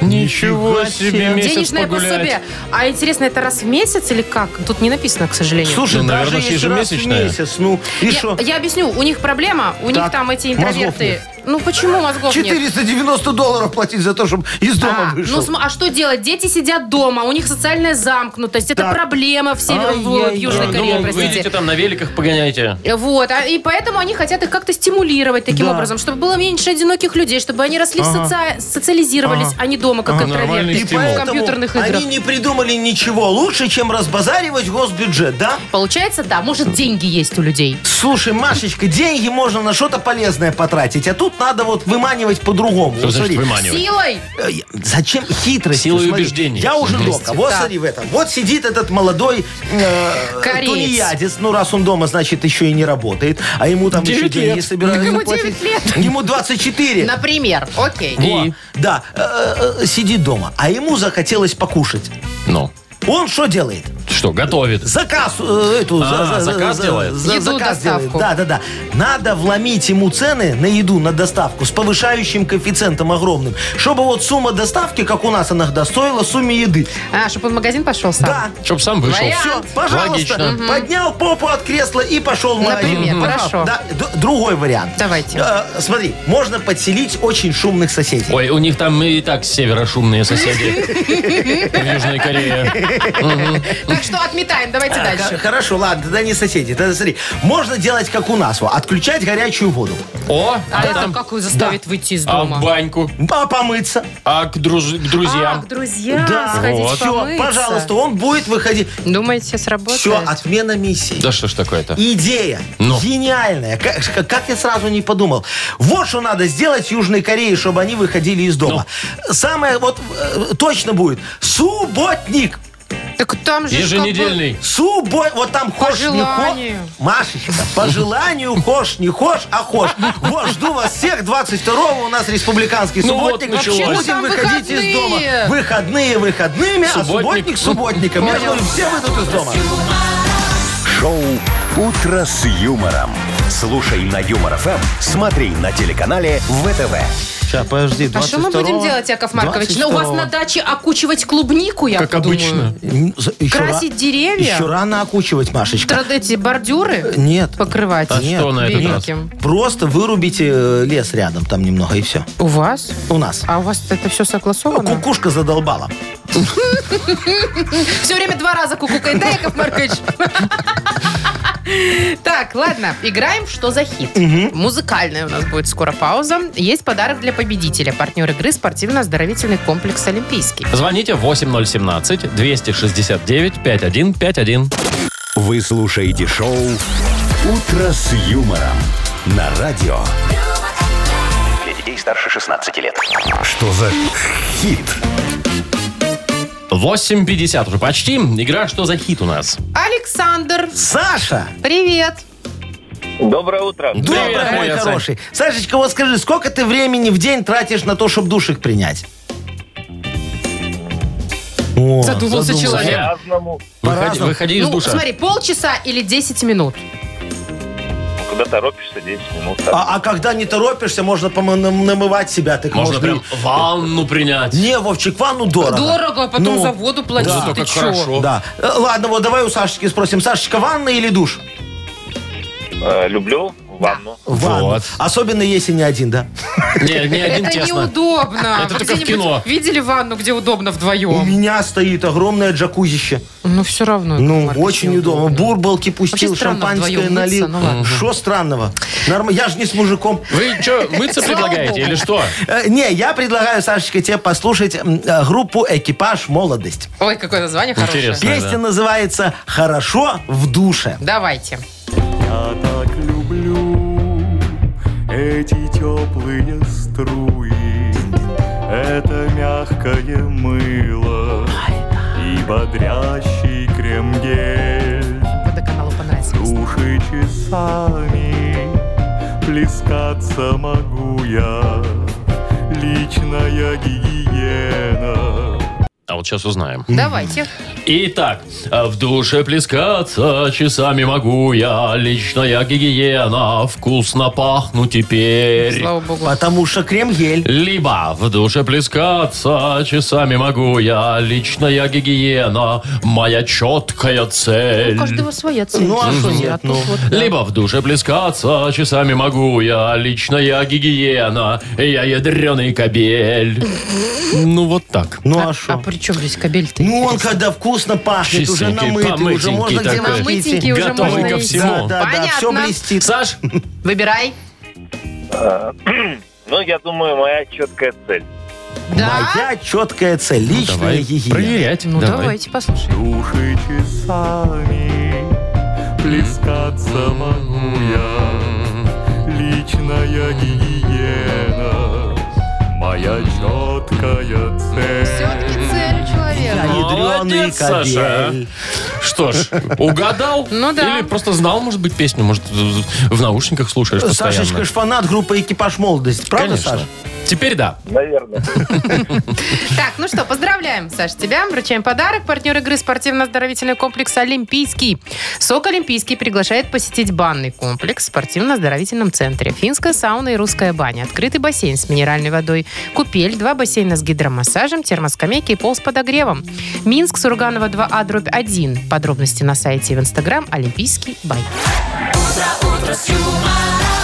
B: Ничего себе месяц
C: Денежное
B: погулять.
C: пособие. А интересно, это раз в месяц или как? Тут не написано, к сожалению.
D: Слушай,
B: Ну,
D: даже
B: наверное,
D: если раз в
B: ежемесячное.
D: месяц, ну и
C: Я,
D: что?
C: я объясню, у них проблема, у них
D: Так,
C: там эти
D: мозгов
C: интроверты.
D: нет.
C: Ну почему мозгов нет?
D: 490 долларов платить за то, чтобы из дома
C: А,
D: вышел.
C: ну, см- а что делать? Дети сидят дома, у них социальная замкнутость. Это
D: Так.
C: проблема в, север- в- в
D: Ай-яй-яй.
C: Южной
D: Да,
C: Корее,
B: Ну, выйдите
C: простите.
B: там на великах, погоняйте.
C: Вот, а- и поэтому они хотят их как-то стимулировать таким образом, чтобы было меньше одиноких людей, чтобы они росли, в соци- социализировались, а не дома, как
B: Ага, нормальный
C: интроверты.
D: И
B: стимул.
C: В
D: поэтому
C: компьютерных играх.
D: они не придумали ничего лучше, чем разбазаривать госбюджет, да?
C: Получается, да, может, деньги есть у людей.
D: Слушай, Машечка, деньги можно на что-то полезное потратить, а тут надо вот выманивать по-другому.
C: Ну,
B: Что
D: Вот
B: значит
D: смотри,
B: выманивать?
C: Силой!
D: Э, Зачем хитрость?
B: Силой убеждения.
D: Я уже
B: Хитрости.
D: дома. Вот
C: Да.
D: смотри в этом. Вот сидит этот молодой э,
C: Кореец.
D: тунеядец. Ну, раз он дома, значит, еще и не работает. А ему там еще
B: Девять
D: деньги
B: лет.
D: собираются
C: Ему
D: платить.
C: девять лет.
D: Ему 24.
C: Например, окей.
D: Ну.
B: И?
D: Да, э, э, сидит дома. А ему захотелось покушать.
B: Ну,
D: Он что делает?
B: что, готовит.
D: Заказ э, эту
B: А, заказ делает?
C: Еду, доставку.
D: Да, да, да. Надо вломить ему цены на еду, на доставку с повышающим коэффициентом огромным, чтобы вот сумма доставки, как у нас иногда, стоила сумме еды.
C: А, чтобы он в магазин пошел сам.
D: Да.
B: Чтоб сам вышел.
C: Вариант.
D: Все, пожалуйста,
B: Логично.
D: поднял попу от кресла и пошел в магазин.
C: Например,
D: Пожалуйста.
C: хорошо.
D: Да, д- другой вариант.
C: Давайте.
D: Э, смотри, можно подселить очень шумных соседей.
B: Ой, у них там и так с севера шумные соседи.
C: <laughs>
B: В Южной Корее.
C: Так что отметаем, давайте
D: Х-
C: дальше.
D: Хорошо, ладно, А, да не соседи. Тогда смотри, можно делать как у нас, во, отключать горячую воду,
B: О,
C: А
B: а
C: это
B: там...
C: как его заставит выйти из
B: А в
C: дома?
B: баньку?
D: а помыться.
B: А к, друз- к
C: А,
B: друзьям?
C: к друзьям
D: Да.
C: сходить
B: Вот.
D: Всё,
C: помыться.
D: пожалуйста, он будет выходить.
C: Думаете, сработает?
D: Все, отмена миссии.
B: Да что ж такое-то?
D: Идея
B: Ну.
D: гениальная. Как, как- как я сразу не подумал. Вот что надо сделать Южной Корее, чтобы они выходили из дома.
B: Ну.
D: Самое вот э, точно будет. Субботник.
C: Так там же... ж
B: Еженедельный.
D: Суббо... Вот там хошь, не
C: желанию.
D: хошь. Машечка, по желанию хошь, не хошь, а хошь. Вот, жду вас всех. 22-го у нас республиканский
B: Ну вот,
D: субботник.
B: началось.
C: Вообще-то
D: Будем
C: там
D: выходить из дома.
C: выходные.
D: Выходные выходными, а
B: Субботник.
D: субботник субботником. Я же говорю, все выйдут из дома.
A: Шоу «Утро с юмором». Слушай на Юмор ФМ, смотри на телеканале ВТВ.
D: Сейчас, подожди,
C: как бы- А что мы будем делать, Яков Маркович? Ну, у вас на даче окучивать клубнику, я
B: Как
C: думаю.
B: обычно.
C: Красить деревья?
D: Еще рано окучивать, Машечка.
C: Тра- Эти бордюры
D: Нет.
C: покрывать
B: А что на этот раз?
C: великим.
D: Просто вырубите э, лес рядом там немного, и все.
C: У вас?
D: У нас.
C: А у вас это все согласовано?
D: Кукушка задолбала.
C: Все время два раза кукукает, да, Яков Маркович? Так, ладно, играем в «Что за хит?». Музыкальная у нас будет скоро пауза. Есть подарок для победителя. Партнер игры спортивно-оздоровительный комплекс «Олимпийский».
B: Звоните 8017-269-5151.
A: Вы слушаете шоу «Утро с юмором» на радио.
F: Для детей старше 16 лет.
A: Что за хит?
B: 8.50 уже почти. Игра «Что за хит» у нас?
C: Александр,
D: Саша!
C: привет!
G: Доброе утро.
B: Привет,
D: Доброе,
B: мой
D: мой
B: Яцек.
D: хороший. Сашечка, вот скажи, сколько ты времени в день тратишь на то, чтобы душик принять? О,
C: Задумался человек.
G: Разному.
B: Выходи,
D: По-разному.
B: выходи из
C: Ну,
B: душа.
C: смотри, полчаса или 10 минут.
G: Куда торопишься, 10 минут.
D: А, а когда не торопишься, можно помо- нам- намывать себя. Так
B: Можно прям ванну принять.
D: Не, Вовчик, ванну дорого.
C: Дорого, а потом
D: Ну,
C: за воду платить.
B: да.
C: Ты
B: Зато как
C: чё?
B: хорошо.
D: Да. Э, Ладно, вот давай у Сашечки спросим. Сашечка, ванна или душ?
G: Э, люблю ванну.
D: Ванну.
B: Вот.
D: Особенно если не один, да?
B: Не, не один
C: Это
B: тесно.
C: неудобно.
B: Это
C: Вы
B: только в
C: где-нибудь
B: кино.
C: Видели ванну, где удобно
D: У
C: вдвоем?
D: меня стоит огромное джакузище.
C: Ну, все равно.
D: Ну,
C: Маркович,
D: очень удобно. Бурбалки пустил,
C: Вообще странно
D: шампанское
C: вдвоем
D: налил.
C: мыться, ну ладно.
D: Что странного? Норм- Я же не с мужиком.
B: Вы что, мыться
C: Слава
B: предлагаете
C: богу.
B: или что?
D: Э, Не, я предлагаю, Сашечка, тебе послушать м, э, группу «Экипаж Молодость».
C: Ой, какое название хорошее.
B: Интересно. Да-да.
D: Песня называется «Хорошо в душе».
C: Давайте.
H: Я так люблю эти теплые струи, это мягкое мыло и бодрящий крем-гель.
C: Водоканалу понравится.
H: Души часами плескаться могу я, личная гигиена.
B: А вот сейчас узнаем.
C: Давайте.
B: Итак, э, в душе плескаться часами могу я, личная гигиена, вкусно пахну теперь.
C: Слава богу.
D: Потому что крем-гель.
B: Либо в душе плескаться часами могу я, личная гигиена, моя четкая цель.
C: У каждого своя цель.
D: Ну, а что
C: Слушайте,
D: нет,
C: тут
D: ну.
C: вот, да.
B: Либо в душе плескаться часами могу я, личная гигиена, я ядреный
C: <laughs>
B: кобель. Ну вот так.
D: Ну а
C: А
D: что?
C: при чем здесь кабель-то?
D: Ну он когда вкусно пахнет, уже
B: Чистенький,
D: намытый, уже
B: помытенький
D: можно где
B: такой.
C: Намытенький
D: идти.
C: уже
B: Готовый
C: можно
B: ко
C: идти.
B: всему.
D: Да, да, да,
C: Понятно.
D: все блестит.
B: Саш,
C: Выбирай.
G: Ну, я думаю, моя четкая цель.
C: Да?
D: Моя четкая цель,
B: ну,
D: личная
B: давай
D: гигиена.
B: проверять.
C: Ну,
B: давай.
C: давайте послушаем.
H: Души часами плескаться могу я. Личная гигиена, моя четкая цель.
C: Все-таки цель у
D: Я
C: человека.
D: ядрёный
B: Молодец, Саша.
D: кабель.
B: Что ж, угадал?
C: <laughs> Ну да.
B: Или просто знал, может быть, песню, может, в в наушниках слушаешь постоянно.
D: Э, Сашечка ж фанат группы «Экипаж молодость». Правда,
B: Конечно.
D: Саша?
B: Теперь да.
G: Наверное.
C: Так, ну что, поздравляем, Саш, тебя. Вручаем подарок. Партнер игры спортивно-оздоровительный комплекс «Олимпийский». СОК «Олимпийский» приглашает посетить банный комплекс в спортивно-оздоровительном центре. Финская сауна и русская баня. Открытый бассейн с минеральной водой. Купель, два бассейна с гидромассажем, термоскамейки и пол с подогревом. Минск, Сурганова 2А, дробь 1. Подробности на сайте и в Инстаграм «Олимпийский бай».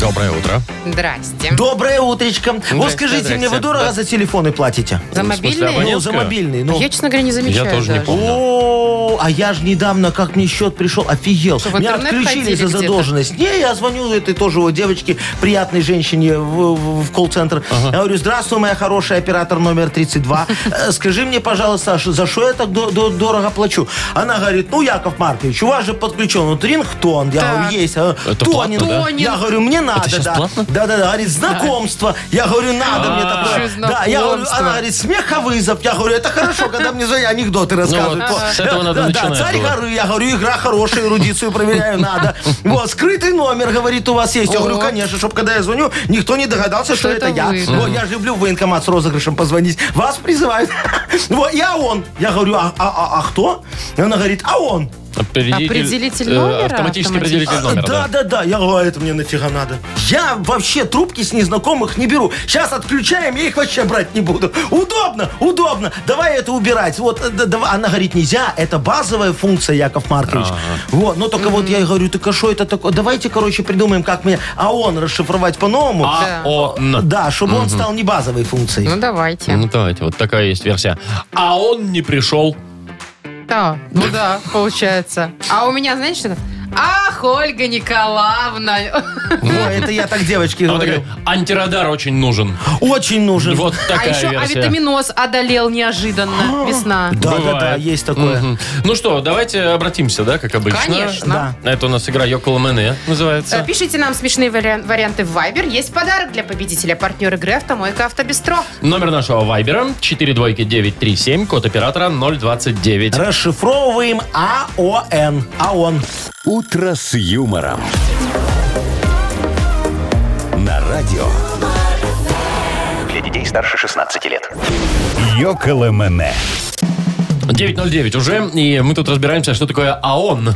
B: Доброе утро.
C: Здрасте.
D: Доброе утречко. Вот
B: Здрасте,
D: скажите мне,
B: здрасте.
D: вы дорого
B: Да.
D: за телефоны платите?
C: За
B: Ну, в смысле,
C: мобильные?
B: абонент?
D: Ну, за
B: Абонентская?
D: мобильный.
C: Ну,
D: Ну.
C: я, честно говоря, не замечаю
B: тоже не
C: даже.
B: помню.
D: О, а я же недавно, как мне счет пришел, офигел.
C: Что, в
D: Меня
C: интернет
D: отключили
C: ходили
D: за
C: где-то?
D: задолженность. Не, я звоню этой тоже вот девочке, приятной женщине в, в- в колл-центр. Я говорю, здравствуй, моя хорошая, оператор номер
B: <laughs>
D: 32. Э, Скажи мне, пожалуйста, Саша, за что я так до- до- дорого плачу? Она говорит, ну, Яков Маркович, у вас же подключен вот рингтон. Я
C: Так.
D: говорю, есть. Она,
B: Это
D: Тонин.
B: платно,
C: да?
D: Я говорю, мне надо.
B: щас
D: да.
B: платно?
D: Да, да, да. Говорит, знакомство. Я говорю, надо мне такое.
C: Еще
D: Да, я говорю,
C: А, знакомство.
D: она говорит, смеховызов. Я говорю, это хорошо, когда мне звонят,
B: <laughs>
D: анекдоты рассказывают.
B: Ну вот,
D: Вот.
B: с этого
D: Да,
B: надо
D: <laughs> да,
B: начинать
D: царь
B: было.
D: горы. Я говорю, игра хорошая, эрудицию проверяю надо.
B: <laughs>
D: Вот, скрытый номер, говорит, у вас есть. Я говорю,
C: О.
D: конечно, чтобы когда я звоню, никто не догадался, что
C: это
D: это я.
C: вы, да.
D: Вот, я же люблю в военкомат с розыгрышем позвонить. Вас призывают. <laughs> Вот, я он. Я говорю, а- а а- а кто? И Она говорит, а он.
C: Определитель
B: э, Автоматический
C: номера автоматически.
B: определитель номера,
D: Да,
B: да.
D: да, да. Я говорю, «А это мне нафига надо. Я вообще трубки с незнакомых не беру. Сейчас отключаем, я их вообще брать не буду. Удобно, удобно. Давай это убирать. Вот, э, да, давай. она говорит, нельзя. Это базовая функция, Яков Маркович. Вот, но только вот я ей говорю, ты что это такое? Давайте, короче, придумаем, как мне ООН расшифровать по-новому. Э,
B: А, он.
D: Да, чтобы он стал не базовой функцией.
C: Ну, давайте.
B: Ну, давайте, вот такая есть версия. А он не пришел.
C: Да, ну да, получается. А у меня, знаешь, что? Ах, Ольга Николаевна. А
D: Во, это я так девочке
B: А он
D: говорю.
B: такой, антирадар очень нужен.
D: Очень нужен.
B: Вот
C: А
B: такая
C: еще
B: версия.
C: авитаминоз одолел
D: А.
C: неожиданно. Весна.
D: Да, да, да,
B: Бывает.
D: есть такое.
B: Мгм. Ну что, давайте обратимся, да, как обычно.
C: Конечно.
B: Это у нас игра Йокола Мене
C: Э,
B: называется.
C: Пишите нам смешные вариан- варианты в Viber. Есть подарок для победителя. Партнер игры «Автомойка Автобестро».
B: Номер нашего вайбера 42937, код оператора 029.
D: Расшифровываем АОН. АОН.
A: «Утро с юмором». На радио
F: Для детей старше 16 лет.
A: «Йоколэмэне».
B: 909 уже, и мы тут разбираемся, что такое АОН.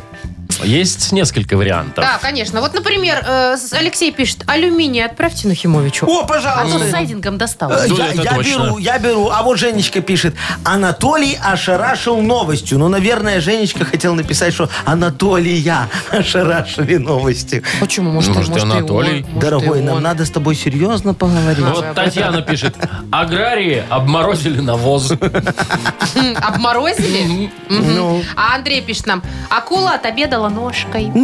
B: Есть несколько вариантов.
C: Да, конечно. Вот, например, э, с- Алексей пишет, алюминий отправьте Нахимовичу.
D: О,
C: А то
D: пожалуйста.
C: с сайдингом
D: Э,
C: досталось.
B: Ну,
D: Я,
B: это
D: я
B: точно.
D: беру, я беру. А вот Женечка пишет. Анатолий ошарашил новостью. Ну, наверное, Женечка хотел написать, что Анатолия ошарашили новостью.
C: Почему? Может,
B: Может,
C: может, и
B: Анатолий?
C: он, может,
D: Дорогой,
C: и
D: нам
C: он.
D: надо с тобой серьезно поговорить.
B: Вот Татьяна пишет, аграрии обморозили
C: <laughs>
B: навоз.
C: М, Обморозили? Мгм.
D: Ну.
C: А Андрей пишет нам, акула отобедала ножкой.
D: Да. А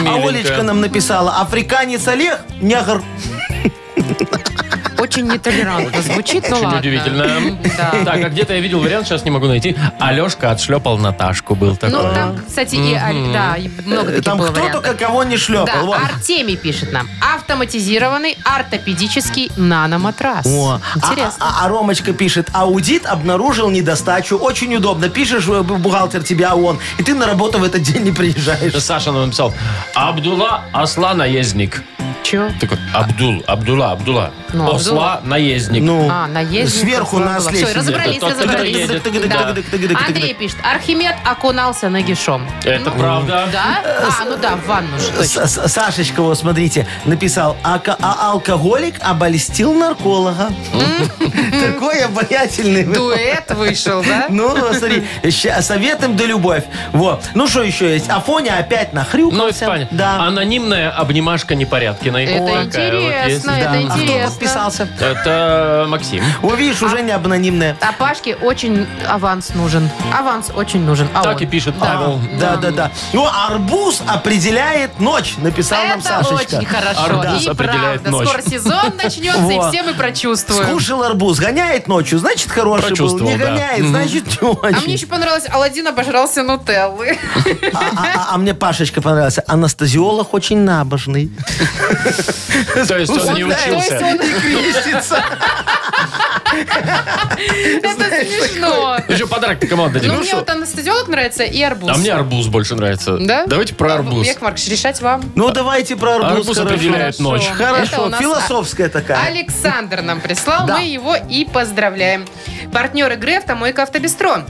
B: Миленькая.
D: Олечка нам написала, африканец Олег негр.
C: Очень нетолерантно звучит, но
B: Очень
C: ладно.
B: удивительно.
C: Да.
B: Так, а где-то я видел вариант, сейчас не могу найти. Алешка отшлепал Наташку, был такой.
C: Ну, там, кстати, и, Аль- да, и много таких
D: Там
C: было
D: кто
C: вариантов.
D: только кого не шлепал.
C: Да,
D: вот.
C: Артемий пишет нам. Автоматизированный ортопедический наноматрас.
D: О, а-
C: Интересно.
D: А, а Ромочка пишет, аудит обнаружил недостачу. Очень удобно. Пишешь, э, бухгалтер тебя, а он. И ты на работу в этот день
B: Это
D: не
C: Ну.
D: приезжаешь.
B: Саша нам написал. Абдулла Осла наездник.
C: Чего?
B: Такой, Абдул, Абдулла, Абдулла.
C: Ну,
B: Осла наездник.
D: Ну,
C: А, наездник.
D: сверху
C: условно
D: нас
C: было.
D: лезет.
C: Всё, разобрались,
B: Тот, кто
C: разобрались.
B: едет.
C: Да.
D: Тыгыдык-тыгыдык-тыгыдык-тыгыдык.
C: Андрей пишет, Архимед окунался нагишом.
B: Это
C: Ну,
B: правда.
C: Да? А, ну да, в ванну же точно.
D: С- С- Сашечка, вот смотрите, написал, «Ака- а алкоголик обольстил нарколога. Такой обаятельный.
C: Дуэт вышел, да?
D: Ну, смотри, ща- советом да любовь. Вот. Ну, что еще есть? Афоня опять нахрюкался.
B: Ну, и в плане.
D: Да.
B: Анонимная обнимашка Непорядкиной.
C: Это
B: Такая вот есть.
C: интересно,
D: Да.
C: это
D: А кто
C: интересно.
D: подписался?
B: Это Максим.
D: О, видишь, уже не обнонимная.
C: А Пашке очень аванс нужен. Аванс очень нужен. А
B: Так
C: он?
B: и пишет
C: Да.
B: Павел.
D: Да, да, да. Ну, арбуз определяет ночь, написал нам
C: Это
D: Сашечка.
C: очень хорошо.
B: Арбуз
C: и
B: определяет
C: правда,
B: ночь.
C: скоро
D: <laughs>
C: сезон начнется, и
D: Во.
C: все мы прочувствуем.
D: Скушал арбуз, гоняет ночью, значит, хороший был.
B: Прочувствовал,
D: Не
B: да.
D: гоняет, значит, не
C: А мне
D: очень.
C: еще понравилось, Алладин обожрался
D: <laughs>
C: нутеллы.
D: А, а- а- а мне Пашечка понравился. Анестезиолог очень набожный.
B: То есть он не
D: Он, да,
B: учился.
D: он не крестится.
C: Это смешно.
B: Еще подарок кому отдадим?
C: Ну, мне
B: что?
C: вот анестезиолог нравится и арбуз.
B: А мне арбуз больше нравится.
C: Да?
B: Давайте про арбуз.
C: Яков Маркович, решать вам.
D: Ну, давайте про арбуз.
B: Арбуз
D: хорошо.
B: А определяет
C: Хорошо.
B: ночь.
C: Это у
D: Хорошо,
C: нас
D: философская такая.
C: Александр нам прислал,
D: Да.
C: мы его и поздравляем. Партнер игры «Автомойка Автобестро».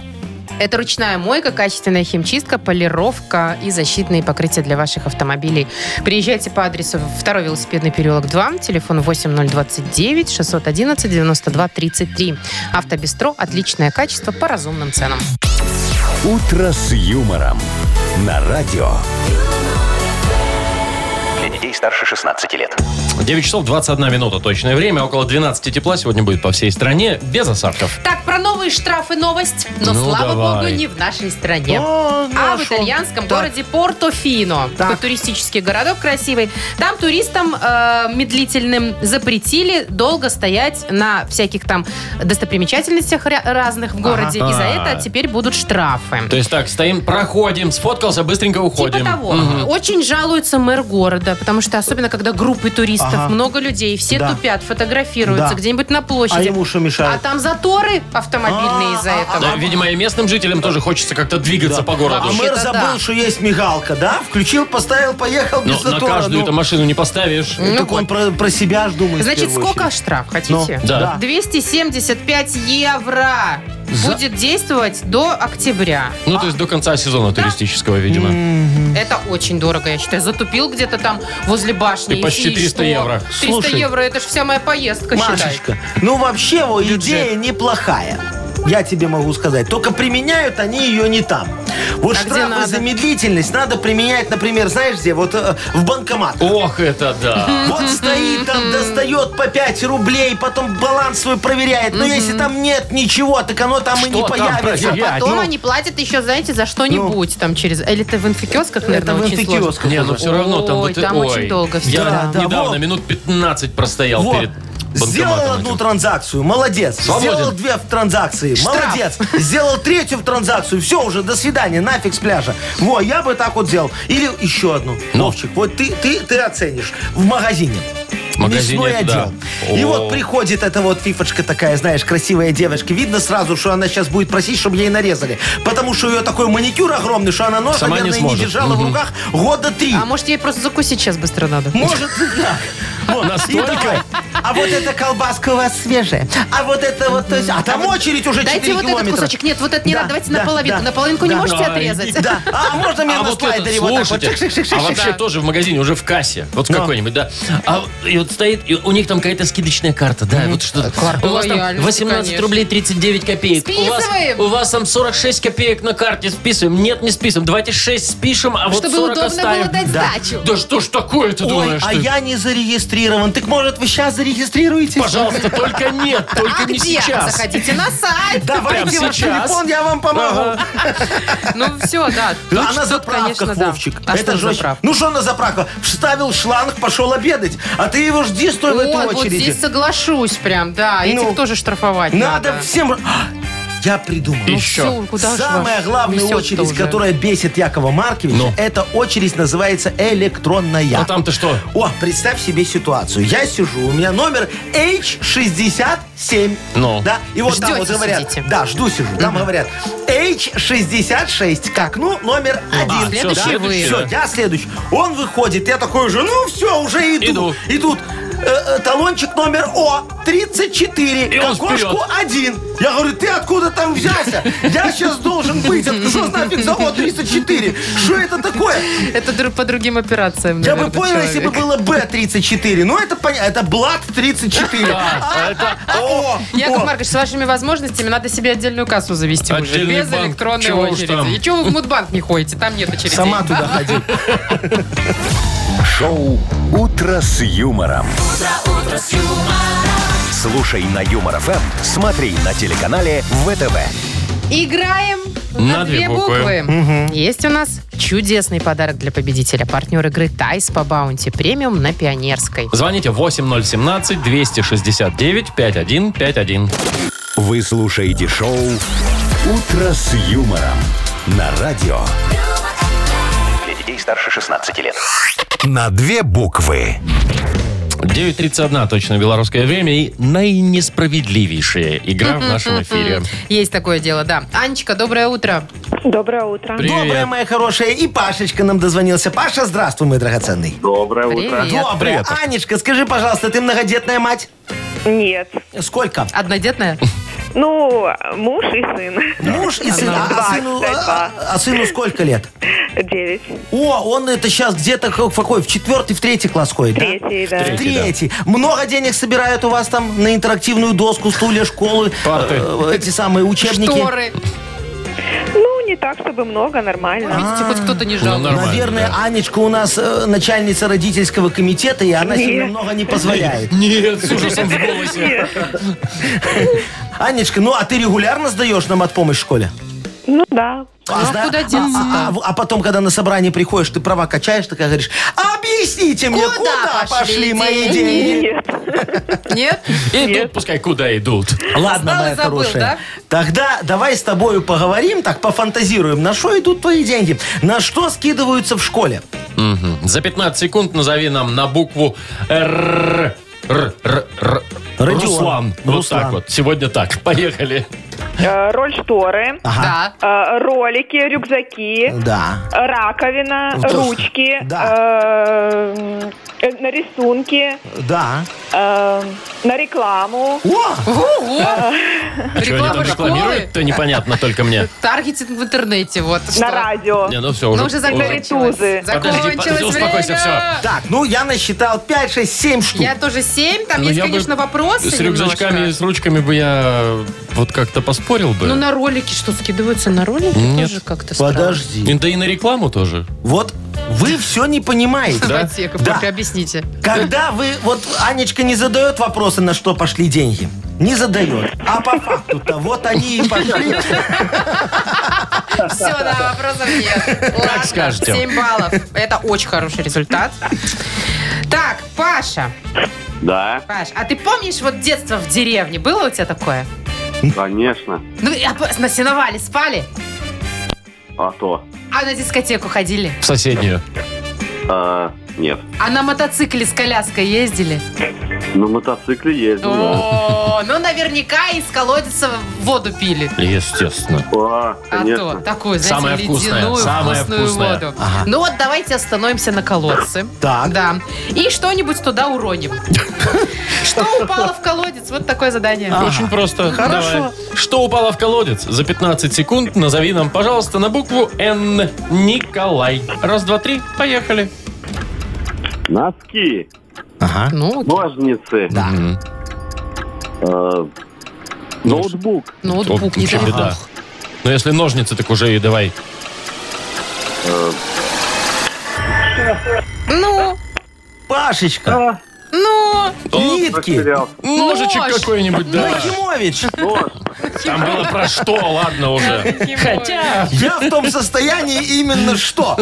C: Это ручная мойка, качественная химчистка, полировка и защитные покрытия для ваших автомобилей. Приезжайте по адресу 2 велосипедный переулок 2, телефон 8029 611 92 33. Автобестро – отличное качество по разумным ценам.
A: «Утро с юмором» на радио.
F: Для детей старше 16 лет.
B: 9 часов 21 минута точное время. Около 12 тепла сегодня будет по всей стране. Без осадков.
C: Так, про новые штрафы новость, но,
B: Ну,
C: слава
B: давай.
C: богу, не в нашей стране.
D: О, ну,
C: А в
D: шо?
C: итальянском
D: Да.
C: городе Портофино, такой туристический городок красивый, там туристам э, медлительным запретили долго стоять на всяких там достопримечательностях ря- разных в городе, и за это теперь будут штрафы.
B: То есть так, стоим, проходим, сфоткался, быстренько уходим.
C: Типа того. Очень жалуется мэр города, потому что особенно, когда группы туристов, много людей, все
D: Да.
C: тупят, фотографируются
D: Да.
C: где-нибудь на площади.
D: А ему что
C: А
D: мешает?
C: там заторы автомобильные из-за этого.
B: Да, видимо, и местным жителям тоже хочется как-то двигаться по городу.
D: А
C: Вообще-то
D: мэр
C: да.
D: забыл, что есть мигалка, да? Включил, поставил, поехал
B: Но
D: без
B: на
D: затора.
B: каждую
D: ну.
B: эту машину не поставишь.
D: Так он про, про себя ж думает. в
C: Ну, Значит,
D: первую
C: сколько
D: очередь. Ну,
C: штраф хотите?
B: Да.
D: Да.
C: 275 евро будет действовать до октября.
B: Ну, то есть до конца сезона туристического, видимо.
C: Это очень дорого, я считаю. Затупил где-то там возле башни.
B: И почти
C: и
B: 300
C: что?
B: евро.
C: 300
D: Слушай.
C: евро, это же вся моя поездка, считай.
D: Машечка, ну вообще его идея неплохая. Я тебе могу сказать. Только применяют они ее не там. Вот
C: А где надо?
D: штрафы за медлительность надо применять, например, знаешь где? Вот э, в банкомат.
B: Ох, это да.
D: Вот стоит там, достает по 5 рублей, потом баланс свой проверяет. Но если там нет ничего, так оно там и
B: Что
D: не
B: там
D: появится.
B: проверять?
D: Потом
C: Потом
D: они-
C: они платят еще, знаете, за что-нибудь там через... Или это в инфекиосках,
D: Ну. Это
C: наверное,
D: в
C: очень сложно.
D: инфекиосках.
B: Не, ну все равно там...
C: Ой,
B: вот-
C: там
B: ой.
C: очень долго
B: Я
D: всегда. Да,
B: недавно
D: вот.
B: минут 15 простоял
D: Вот.
B: перед банкоматом.
D: Сделал одну
B: этим.
D: транзакцию, молодец.
B: Свободен.
D: Сделал две в транзакции, молодец. Сделал третью в транзакцию, все уже, до свидания, нафиг с пляжа. Во, я бы так вот сделал. Или еще одну.
B: Ну.
D: Вовчик, вот ты, ты, ты оценишь в магазине.
B: В магазине,
D: Мясной
B: да.
D: отдел. И
B: О.
D: вот приходит эта вот фифочка такая, знаешь, красивая девочка. Видно сразу, что она сейчас будет просить, чтобы ей нарезали. Потому что у нее такой маникюр огромный, что она нож,
B: Сама не
D: наверное, не,
B: сможет.
D: держала в руках года три.
C: А может, ей просто закусить сейчас быстро надо?
D: Может, и
B: <laughs>
D: так. Вот.
B: Настолько?
D: И давай. А вот эта колбаска у вас свежая. А вот это вот... то есть- А там очередь уже 4
C: Дайте вот
D: километра.
C: этот кусочек. Нет, вот это не
D: Да,
C: надо. Давайте
D: да,
C: наполовину.
D: да,
C: Наполовинку не
D: да.
C: можете
B: Ой,
C: отрезать?
D: Да. А можно мне
B: А
D: на
B: вот это,
D: слайдере вот так вот?
B: слушайте, а вот
D: Шик-шик-шик-шик-шик.
B: вообще тоже в магазине, уже в кассе, вот в какой-нибудь, да. А и вот стоит, и у них там какая-то скидочная карта, да, вот
D: э,
B: что-то. У вас там
C: лояльности,
B: 18
C: конечно.
B: рублей 39 копеек. У вас,
C: Списываем!
B: у вас там 46 копеек на карте, списываем. Нет, не списываем, давайте 6 спишем, а вот
C: Чтобы
B: 40
C: удобно
B: оставим.
C: было дать
D: Да.
C: сдачу.
B: Да что ж такое ты
D: Ой,
B: думаешь?
D: а
B: ты?
D: я не зарегистрирован. Так может вы сейчас зарегистрируетесь?
B: Пожалуйста, только нет, только
C: А
B: не
C: где?
B: сейчас.
C: Заходите на сайт.
D: Давайте
B: Прямо
D: ваш
B: сейчас.
D: телефон, я вам помогу.
C: Ну все, да.
D: А на
C: Тут,
D: заправках,
C: конечно, да.
D: Вовчик.
C: А что
D: Это
C: на
D: же очень-
C: заправках?
D: Ну что на заправках? Вставил шланг, пошел обедать. А ты живешь, где стой в этой
C: Вот, вот
D: очереди.
C: здесь соглашусь прям, да.
D: Ну,
C: Этих тоже штрафовать
D: Надо,
C: надо.
D: всем... А, я придумал.
C: Ну
B: Еще.
C: всё, куда ж
D: Самая
C: вас
D: главная
C: несёт-то
D: очередь,
C: уже?
D: которая бесит Якова Марковича,
B: Ну.
D: эта очередь называется электронная.
B: А там-то что?
D: О, представь себе ситуацию. Я сижу, у меня номер H67.
B: Ну.
D: Да, и вот там
C: Ждёте,
D: вот говорят...
C: сидите.
D: Да, жду сижу. Там говорят H66, как, ну, номер один.
B: всё,
C: А, следующий
D: да?
C: вы.
D: Всё, я следующий. Он выходит, я такой уже, ну все, уже иду.
B: Иду.
D: И тут э, э, талончик номер О, 34,
B: И
D: к
B: он
D: окошку
B: вперёд.
D: один. Я говорю, ты откуда там взялся? Я сейчас должен быть. Это Что нафиг за О, 34? Что это такое?
C: Это дру- по другим операциям,
D: Я бы
C: наверное,
D: понял, если бы
C: человек.
D: было Б-34. Ну, это понятно. Это Блад 34.
B: А, это
D: О,
C: Яков
D: о.
C: Маркович, с вашими возможностями надо себе отдельную кассу завести уже.
B: Отдельный
C: Без
B: банк.
C: электронной
B: Чего уж там.
C: очереди. И чего вы в Мудбанк не ходите? Там нет очередей.
D: Сама туда ходи.
A: Шоу «Утро с юмором». Слушай на Юмор ФМ, смотри на телеканале ВТВ.
C: Играем
B: На две буквы.
C: Есть у нас чудесный подарок для победителя. Партнер игры Тайс по баунти премиум на Пионерской.
B: Звоните 8017-269-5151.
A: Вы слушаете шоу «Утро с юмором» на радио.
F: Для детей старше 16 лет.
A: На две буквы.
B: 9.31 точно белорусское время и наинесправедливейшая игра в нашем эфире.
C: Есть такое дело, да. Анечка, доброе утро.
E: Доброе утро.
B: Привет.
D: Добрая моя хорошая. И Пашечка нам дозвонился. Паша, здравствуй, мой драгоценный.
G: Доброе утро.
C: Привет.
D: Добрая.
B: Привет.
D: Анечка, скажи, пожалуйста, ты многодетная мать?
E: Нет.
D: Сколько?
C: А, Однодетная?
E: Ну, муж и сын.
D: Муж и сын. А, а
E: Два,
D: сыну,
E: кстати,
D: а- а сыну сколько лет?
E: Девять.
D: О, он это сейчас где-то как- в какой? В четвертый, в третий класс ходит, да?
E: Третий, да.
D: В
B: Третий, да.
D: третий. Много денег собирают у вас там на интерактивную доску, стулья, школы,
B: Парты.
D: э, эти самые учебники.
C: Шторы. Типа,
E: Ну, не так, чтобы много, нормально.
C: Видите,
D: А.
C: хоть кто-то не
B: Ну,
C: жалуется.
B: нормально,
D: Наверное,
B: да.
D: Анечка у нас э, начальница родительского комитета, и она себе
E: Нет.
D: много не позволяет.
B: Нет, с ужасом в голосе.
D: Анечка, ну а ты регулярно сдаешь нам от помощь в школе?
E: Ну, да.
C: А
D: зна-
C: куда
D: а-
C: деться-то?
D: а- а- а потом, когда на собрание приходишь, ты права качаешь, такая говоришь, объясните мне,
C: Куда
D: куда
C: пошли
D: пошли мои
C: деньги?»
D: деньги?
E: Нет.
C: <laughs> Нет?
B: Идут, пускай куда идут.
D: Ладно,
C: Знал и
D: моя
C: забыл,
D: хорошая.
C: да?
D: Тогда давай с тобою поговорим, так пофантазируем, на что идут твои деньги, на что скидываются в школе.
B: Мгм. За 15 секунд назови нам на букву Р. Р. Р. Р.
D: Родион.
B: Руслан. Вот
D: Руслан.
B: так вот. Сегодня так. Поехали.
E: Э, Роль шторы.
D: Ага.
C: Да.
E: э, Ролики, рюкзаки.
D: Да.
E: раковина,
D: Вот тоже.
E: ручки,
D: Да.
E: эм, э, на рисунки,
D: Да.
E: эм, на рекламу.
D: О!
C: Ого!
B: Чего А они
C: Реклама
B: там
C: школы.
B: рекламируют-то непонятно только мне.
C: Таргетинг в интернете, вот.
E: На
C: что.
E: радио.
B: Не, ну все, уже.
C: Ну, уже закончилось.
E: Тузы.
B: Подожди, подожди,
C: Закончилось
B: успокойся,
C: время.
D: Так, ну я насчитал 5, 6, 7 штук.
C: Я тоже семь. Там
B: Ну,
C: есть,
B: я бы
C: конечно, вопросы
B: С рюкзачками и
C: немножко.
B: с ручками бы я вот как-то поспорил бы.
C: Ну, на ролики что, скидываются на ролики?
B: Нет.
C: Тоже как-то странно.
D: Подожди.
B: И Да и на рекламу тоже.
D: Вот вы все не понимаете.
C: Давайте, Яков
D: Да.
C: Маркович, объясните.
D: Когда вы, вот Анечка не задает вопросы, на что пошли деньги. Не задает. А по факту-то вот они и пошли.
C: Все, да, вопросов нет. Ладно,
B: скажете.
C: 7 баллов. Это очень хороший результат. Так, Паша,
G: Да,
C: Паш, а ты помнишь вот детство в деревне? Было у тебя такое?
G: конечно.
C: Ну, и, а, на сеновале спали,
G: А то.
C: а на дискотеку ходили,
B: В соседнюю.
G: э, нет.
C: а на мотоцикле с коляской ездили.
G: На мотоцикле ездил. да.
C: О, ну наверняка из колодца воду пили.
B: Естественно.
G: А,
C: А то,
G: конечно.
C: такую, знаете,
B: Самое вкусное,
C: ледяную
B: самое
C: вкусную
B: вкусное.
C: воду. Ну вот давайте остановимся на колодце.
D: Так.
C: Да. И что-нибудь туда уроним. Что упало в колодец? Вот такое задание.
B: Очень просто.
D: Хорошо.
B: Давай. Что упало в колодец? За 15 секунд назови нам, пожалуйста, на букву Н. Николай. Раз, два, три. Поехали.
G: Носки,
D: Ага.
C: Ну,
G: ножницы,
D: Да.
B: Мгм.
G: э, ноутбук,
C: ну,
B: Вот
C: ноутбук не
B: вообще беда.
C: ноутбук.
B: Ну, если ножницы, так уже и давай.
C: Ну,
D: Пашечка,
C: Ну,
D: Нитки.
G: Потерял.
B: Ножичек
C: Нож.
B: какой-нибудь, да.
D: Нахимович,
G: Вот.
B: Там было про что, ладно уже.
C: хотя...
D: я в том состоянии именно что?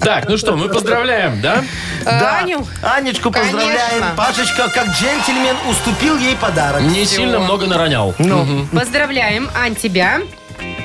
B: Так, ну что, мы поздравляем, да?
C: Аню?
D: Анечку
C: Конечно.
D: поздравляем. Пашечка, как джентльмен, уступил ей подарок.
B: Не сильно много наронял.
C: Ну, Поздравляем, Ань, тебя.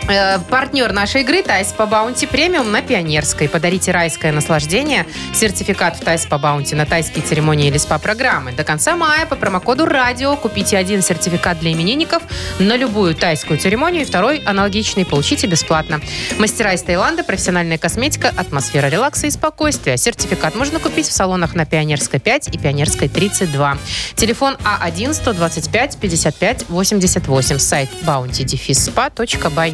C: Э, Партнер нашей игры Тайс по Баунти Премиум на Пионерской. Подарите райское наслаждение. Сертификат в Тайс по Баунти на тайские церемонии или СПА-программы. До конца мая по промокоду РАДИО купите один сертификат для именинников на любую тайскую церемонию и второй аналогичный получите бесплатно. Мастера из Таиланда, профессиональная косметика, атмосфера релакса и спокойствия. Сертификат можно купить в салонах на Пионерской 5 и Пионерской 32. Телефон А А1-125-55-88. Сайт bountydefisspa.by.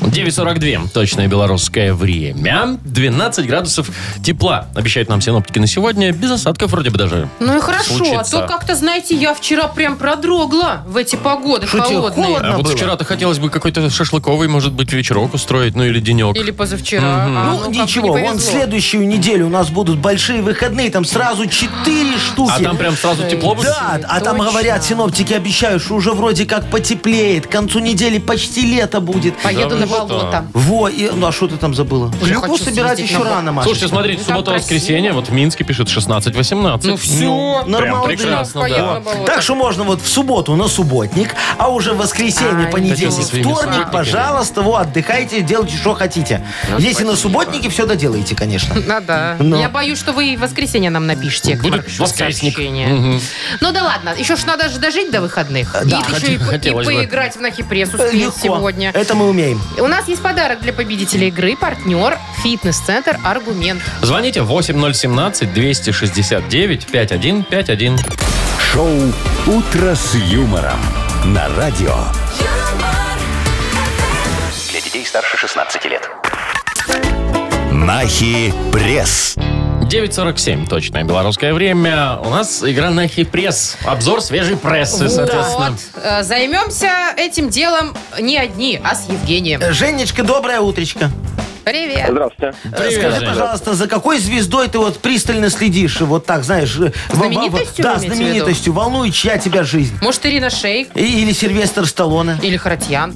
B: 9.42. Точное белорусское время. 12 градусов тепла. Обещают нам синоптики на сегодня. Без осадков вроде бы даже.
C: Ну и хорошо,
B: Случится.
C: а то как-то, знаете, я вчера прям продрогла в эти погоды
D: Что тебе,
C: холодные.
D: холодно?
B: А вот
D: было.
B: вчера-то хотелось бы какой-то шашлыковый, может быть, вечерок устроить, ну или денек.
C: Или позавчера. А,
D: Ну,
C: как-то не
D: ничего, вон
C: повезло.
D: следующую неделю у нас будут большие выходные, там сразу 4 штуки.
B: А там прям сразу тепло будет?
D: Да, а там
C: Точно.
D: говорят синоптики, обещают, что уже вроде как потеплеет, к концу недели почти лето будет.
C: Поеду
B: Да вы
C: на
B: что?
C: болото.
D: Во, и, ну а что ты там забыла?
C: Уже
D: Клюкву
C: хочу
D: собирать
C: съездить
D: еще
C: на
D: рано, Маша.
B: Слушайте, смотрите,
C: Ну, там
B: суббота-воскресенье, вот в Минске пишет 16-18.
C: Ну все.
D: Ну,
B: Прям
D: нормально.
B: прекрасно,
C: Поеду
B: да.
C: на болото.
D: Так что можно вот в субботу на субботник, а уже в воскресенье,
C: Ай,
D: понедельник,
B: Хотя со своими
D: вторник,
B: субботниками.
D: пожалуйста, во, отдыхайте, делайте, что хотите. Если на субботнике, все доделаете, конечно.
C: Да, Ну да.
D: Но.
C: Я боюсь, что вы и в воскресенье нам напишите. Яков
B: Ну. Будет
C: Маркович,
B: воскресник.
C: сообщение. Ну да ладно, еще ж надо же дожить до выходных.
D: Да.
C: и еще и, по- и
B: Хотелось бы.
C: поиграть в нахипресс
D: Э,
C: успеть сегодня.
D: Это мы умеем.
C: У нас есть подарок для победителя игры. Партнер фитнес-центр «Аргумент».
B: Звоните 8017-269-5151.
A: Шоу «Утро с юмором» на радио.
F: Для детей старше 16 лет.
A: Нахи пресс.
B: 9.47, точное белорусское время. У нас игра на хипресс. Обзор свежей прессы, соответственно.
C: Вот. Э, Займемся этим делом не одни, а с Евгением.
D: Э, Женечка, доброе утречко.
C: Привет.
G: Здравствуйте.
D: Э,
B: Привет,
D: Скажи,
B: Жень.
D: пожалуйста, за какой звездой ты вот пристально следишь? И Вот так, знаешь... э, во- во-
C: Знаменитостью
D: Да,
C: вы имеете в виду?
D: знаменитостью. Волнует, чья тебя жизнь.
C: Может, Ирина Шейк
D: И- Или Сильвестр Сталлоне.
C: или Харатьян?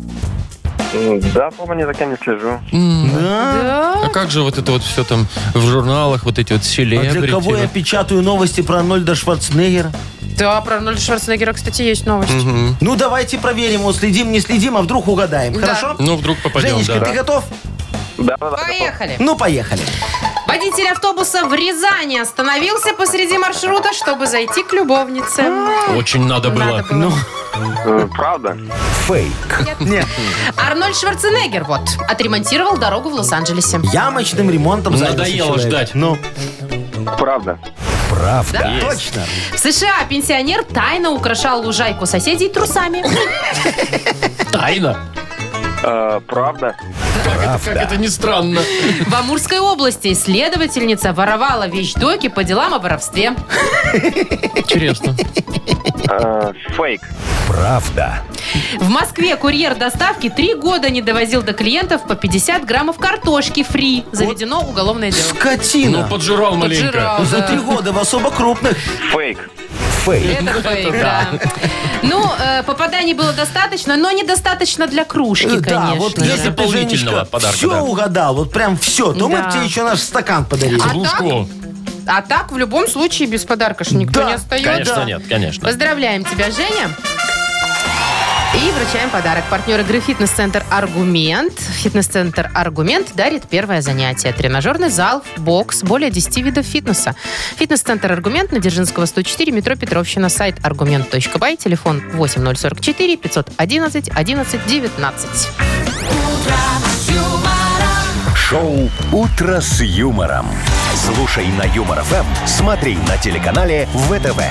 G: М, Да, по не за кем не слежу.
B: А как же вот это вот все там в журналах, вот эти вот
D: А для
B: селебрити?
D: кого я
B: вот?
D: печатаю новости про Нольда Шварценеггера?
C: Да, про Арнольда Шварценеггера, кстати, есть новость.
D: Ну, давайте проверим, вот следим, не следим, а вдруг угадаем.
C: Да.
D: Хорошо?
B: Ну, вдруг попадем,
D: Женечка, ты
B: да.
D: готов?
G: Да, да, да.
C: Поехали.
D: Ну, поехали.
C: Водитель автобуса в Рязани остановился посреди маршрута, чтобы зайти к любовнице.
B: Очень надо было. Ну,
C: Надо было.
G: готов. Э, Правда?
A: Фейк.
C: Арнольд Шварценеггер вот отремонтировал дорогу в Лос-Анджелесе.
D: Ямочным ремонтом занялся
B: Надоело
D: человек.
B: ждать.
D: Ну,
G: Правда.
A: Правда.
D: точно.
C: В США пенсионер тайно украшал лужайку соседей трусами.
B: Тайна.
G: Э, Правда.
B: Как это ни странно.
C: В Амурской области исследовательница воровала вещдоки по делам о воровстве.
B: Интересно.
G: Э, Фейк.
A: Правда.
C: В Москве курьер доставки три года не довозил до клиентов по 50 граммов картошки фри. Заведено уголовное дело.
D: Скотина.
B: Ну, поджирал маленько.
C: Поджирал,
D: За
C: да.
D: три года в особо крупных.
G: Фейк.
A: Фейк.
C: <laughs> Это фейк, да. Ну, э, попаданий было достаточно, но недостаточно для кружки,
D: Э, Да, вот
C: конечно.
D: если
C: же.
D: ты,
B: Дополнительного
D: Женечка,
B: подарка,
D: все
B: да.
D: угадал, вот прям все, то мы
C: Да.
D: бы тебе еще наш стакан подарили.
C: А
B: Кружку.
C: А так, в любом случае, без подарка ж никто
D: Да,
C: не остается.
B: Конечно, нет, конечно.
C: Поздравляем тебя, Женя. И вручаем подарок. Партнер игры «Фитнес-центр Аргумент». «Фитнес-центр Аргумент» дарит первое занятие. Тренажерный зал, бокс, более 10 видов фитнеса. «Фитнес-центр Аргумент» на Дзержинского, 104, метро Петровщина, сайт аргумент.бай, телефон 8044 511 11 19.
A: Шоу «Утро с юмором». Слушай на Юмор ФМ, смотри на телеканале ВТВ.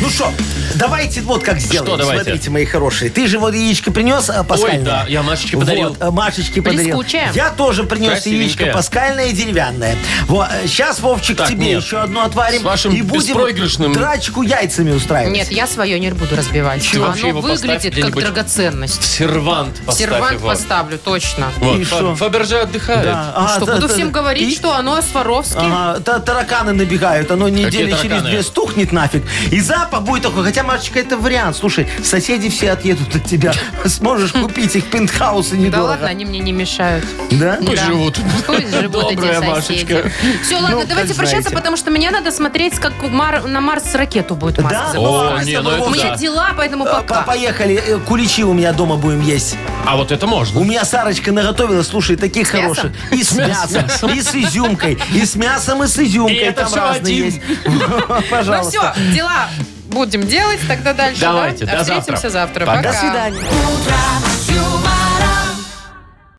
D: Ну что, давайте вот как сделаем.
B: давайте?
D: Смотрите, мои хорошие. Ты же вот яичко принес а, пасхальное?
B: да, я Машечке подарил.
D: Вот, а, Машечке подарил.
C: Блескучее.
D: Я тоже принес яичко
B: Красивенькое.
D: пасхальное деревянное. Вот, сейчас, Вовчик,
B: Так,
D: тебе
B: нет.
D: еще одно отварим.
B: С вашим
D: и будем
B: беспроигрышным.
D: драчку яйцами устраивать.
C: Нет, я свое не буду разбивать.
B: Ты вообще
C: Оно
B: его поставь
C: выглядит как
B: где-нибудь.
C: драгоценность.
B: Сервант поставь
C: Сервант
B: его.
C: поставлю, точно.
B: Вот,
D: И
B: Фа-
D: шо?
B: Фаберже отдыхает.
D: Да, а,
C: что,
D: да,
C: буду
D: да,
C: всем
D: да.
C: говорить,
D: И-
C: что оно Сваровский.
D: Ага, та- тараканы набегают, оно недели через
B: тараканы?
D: две стухнет нафиг. И запах будет такой. Хотя, Машечка, это вариант. Слушай, соседи все отъедут от тебя. Сможешь купить их пентхаусы
C: Да
D: недорого.
C: ладно, они мне не мешают.
D: Да?
B: Пусть
C: Да.
B: живут.
C: Пусть живут эти
B: Добрая
C: соседи.
B: Машечка.
C: Все, ладно,
D: Ну,
C: давайте
D: как
C: прощаться,
D: знаете.
C: потому что мне надо смотреть, как у Мар- на Марс ракету будет
D: Да?
C: Маск
D: Ну,
B: О,
C: запускать.
D: ладно,
B: не,
D: с
B: ну
D: тобой,
B: это
D: Вов,
C: У меня
B: да.
C: дела, поэтому
D: э, по-
C: пока.
D: Поехали, э, куличи у меня дома будем есть.
B: А вот это можно.
D: У меня Сарочка наготовила, слушай, таких
C: мясом?
D: хороших. И с мясом, и с изюмкой, и с мясом, и с
B: И
D: изюмкой.
B: это
D: Там
B: всё
D: разные
B: один.
D: есть. <laughs>
C: Ну все,
D: Пожалуйста.
C: дела будем делать тогда дальше.
B: Давайте,
C: да? А
B: до
C: Встретимся
B: завтра.
C: завтра.
B: Пока.
C: Пока.
D: До свидания.
I: утро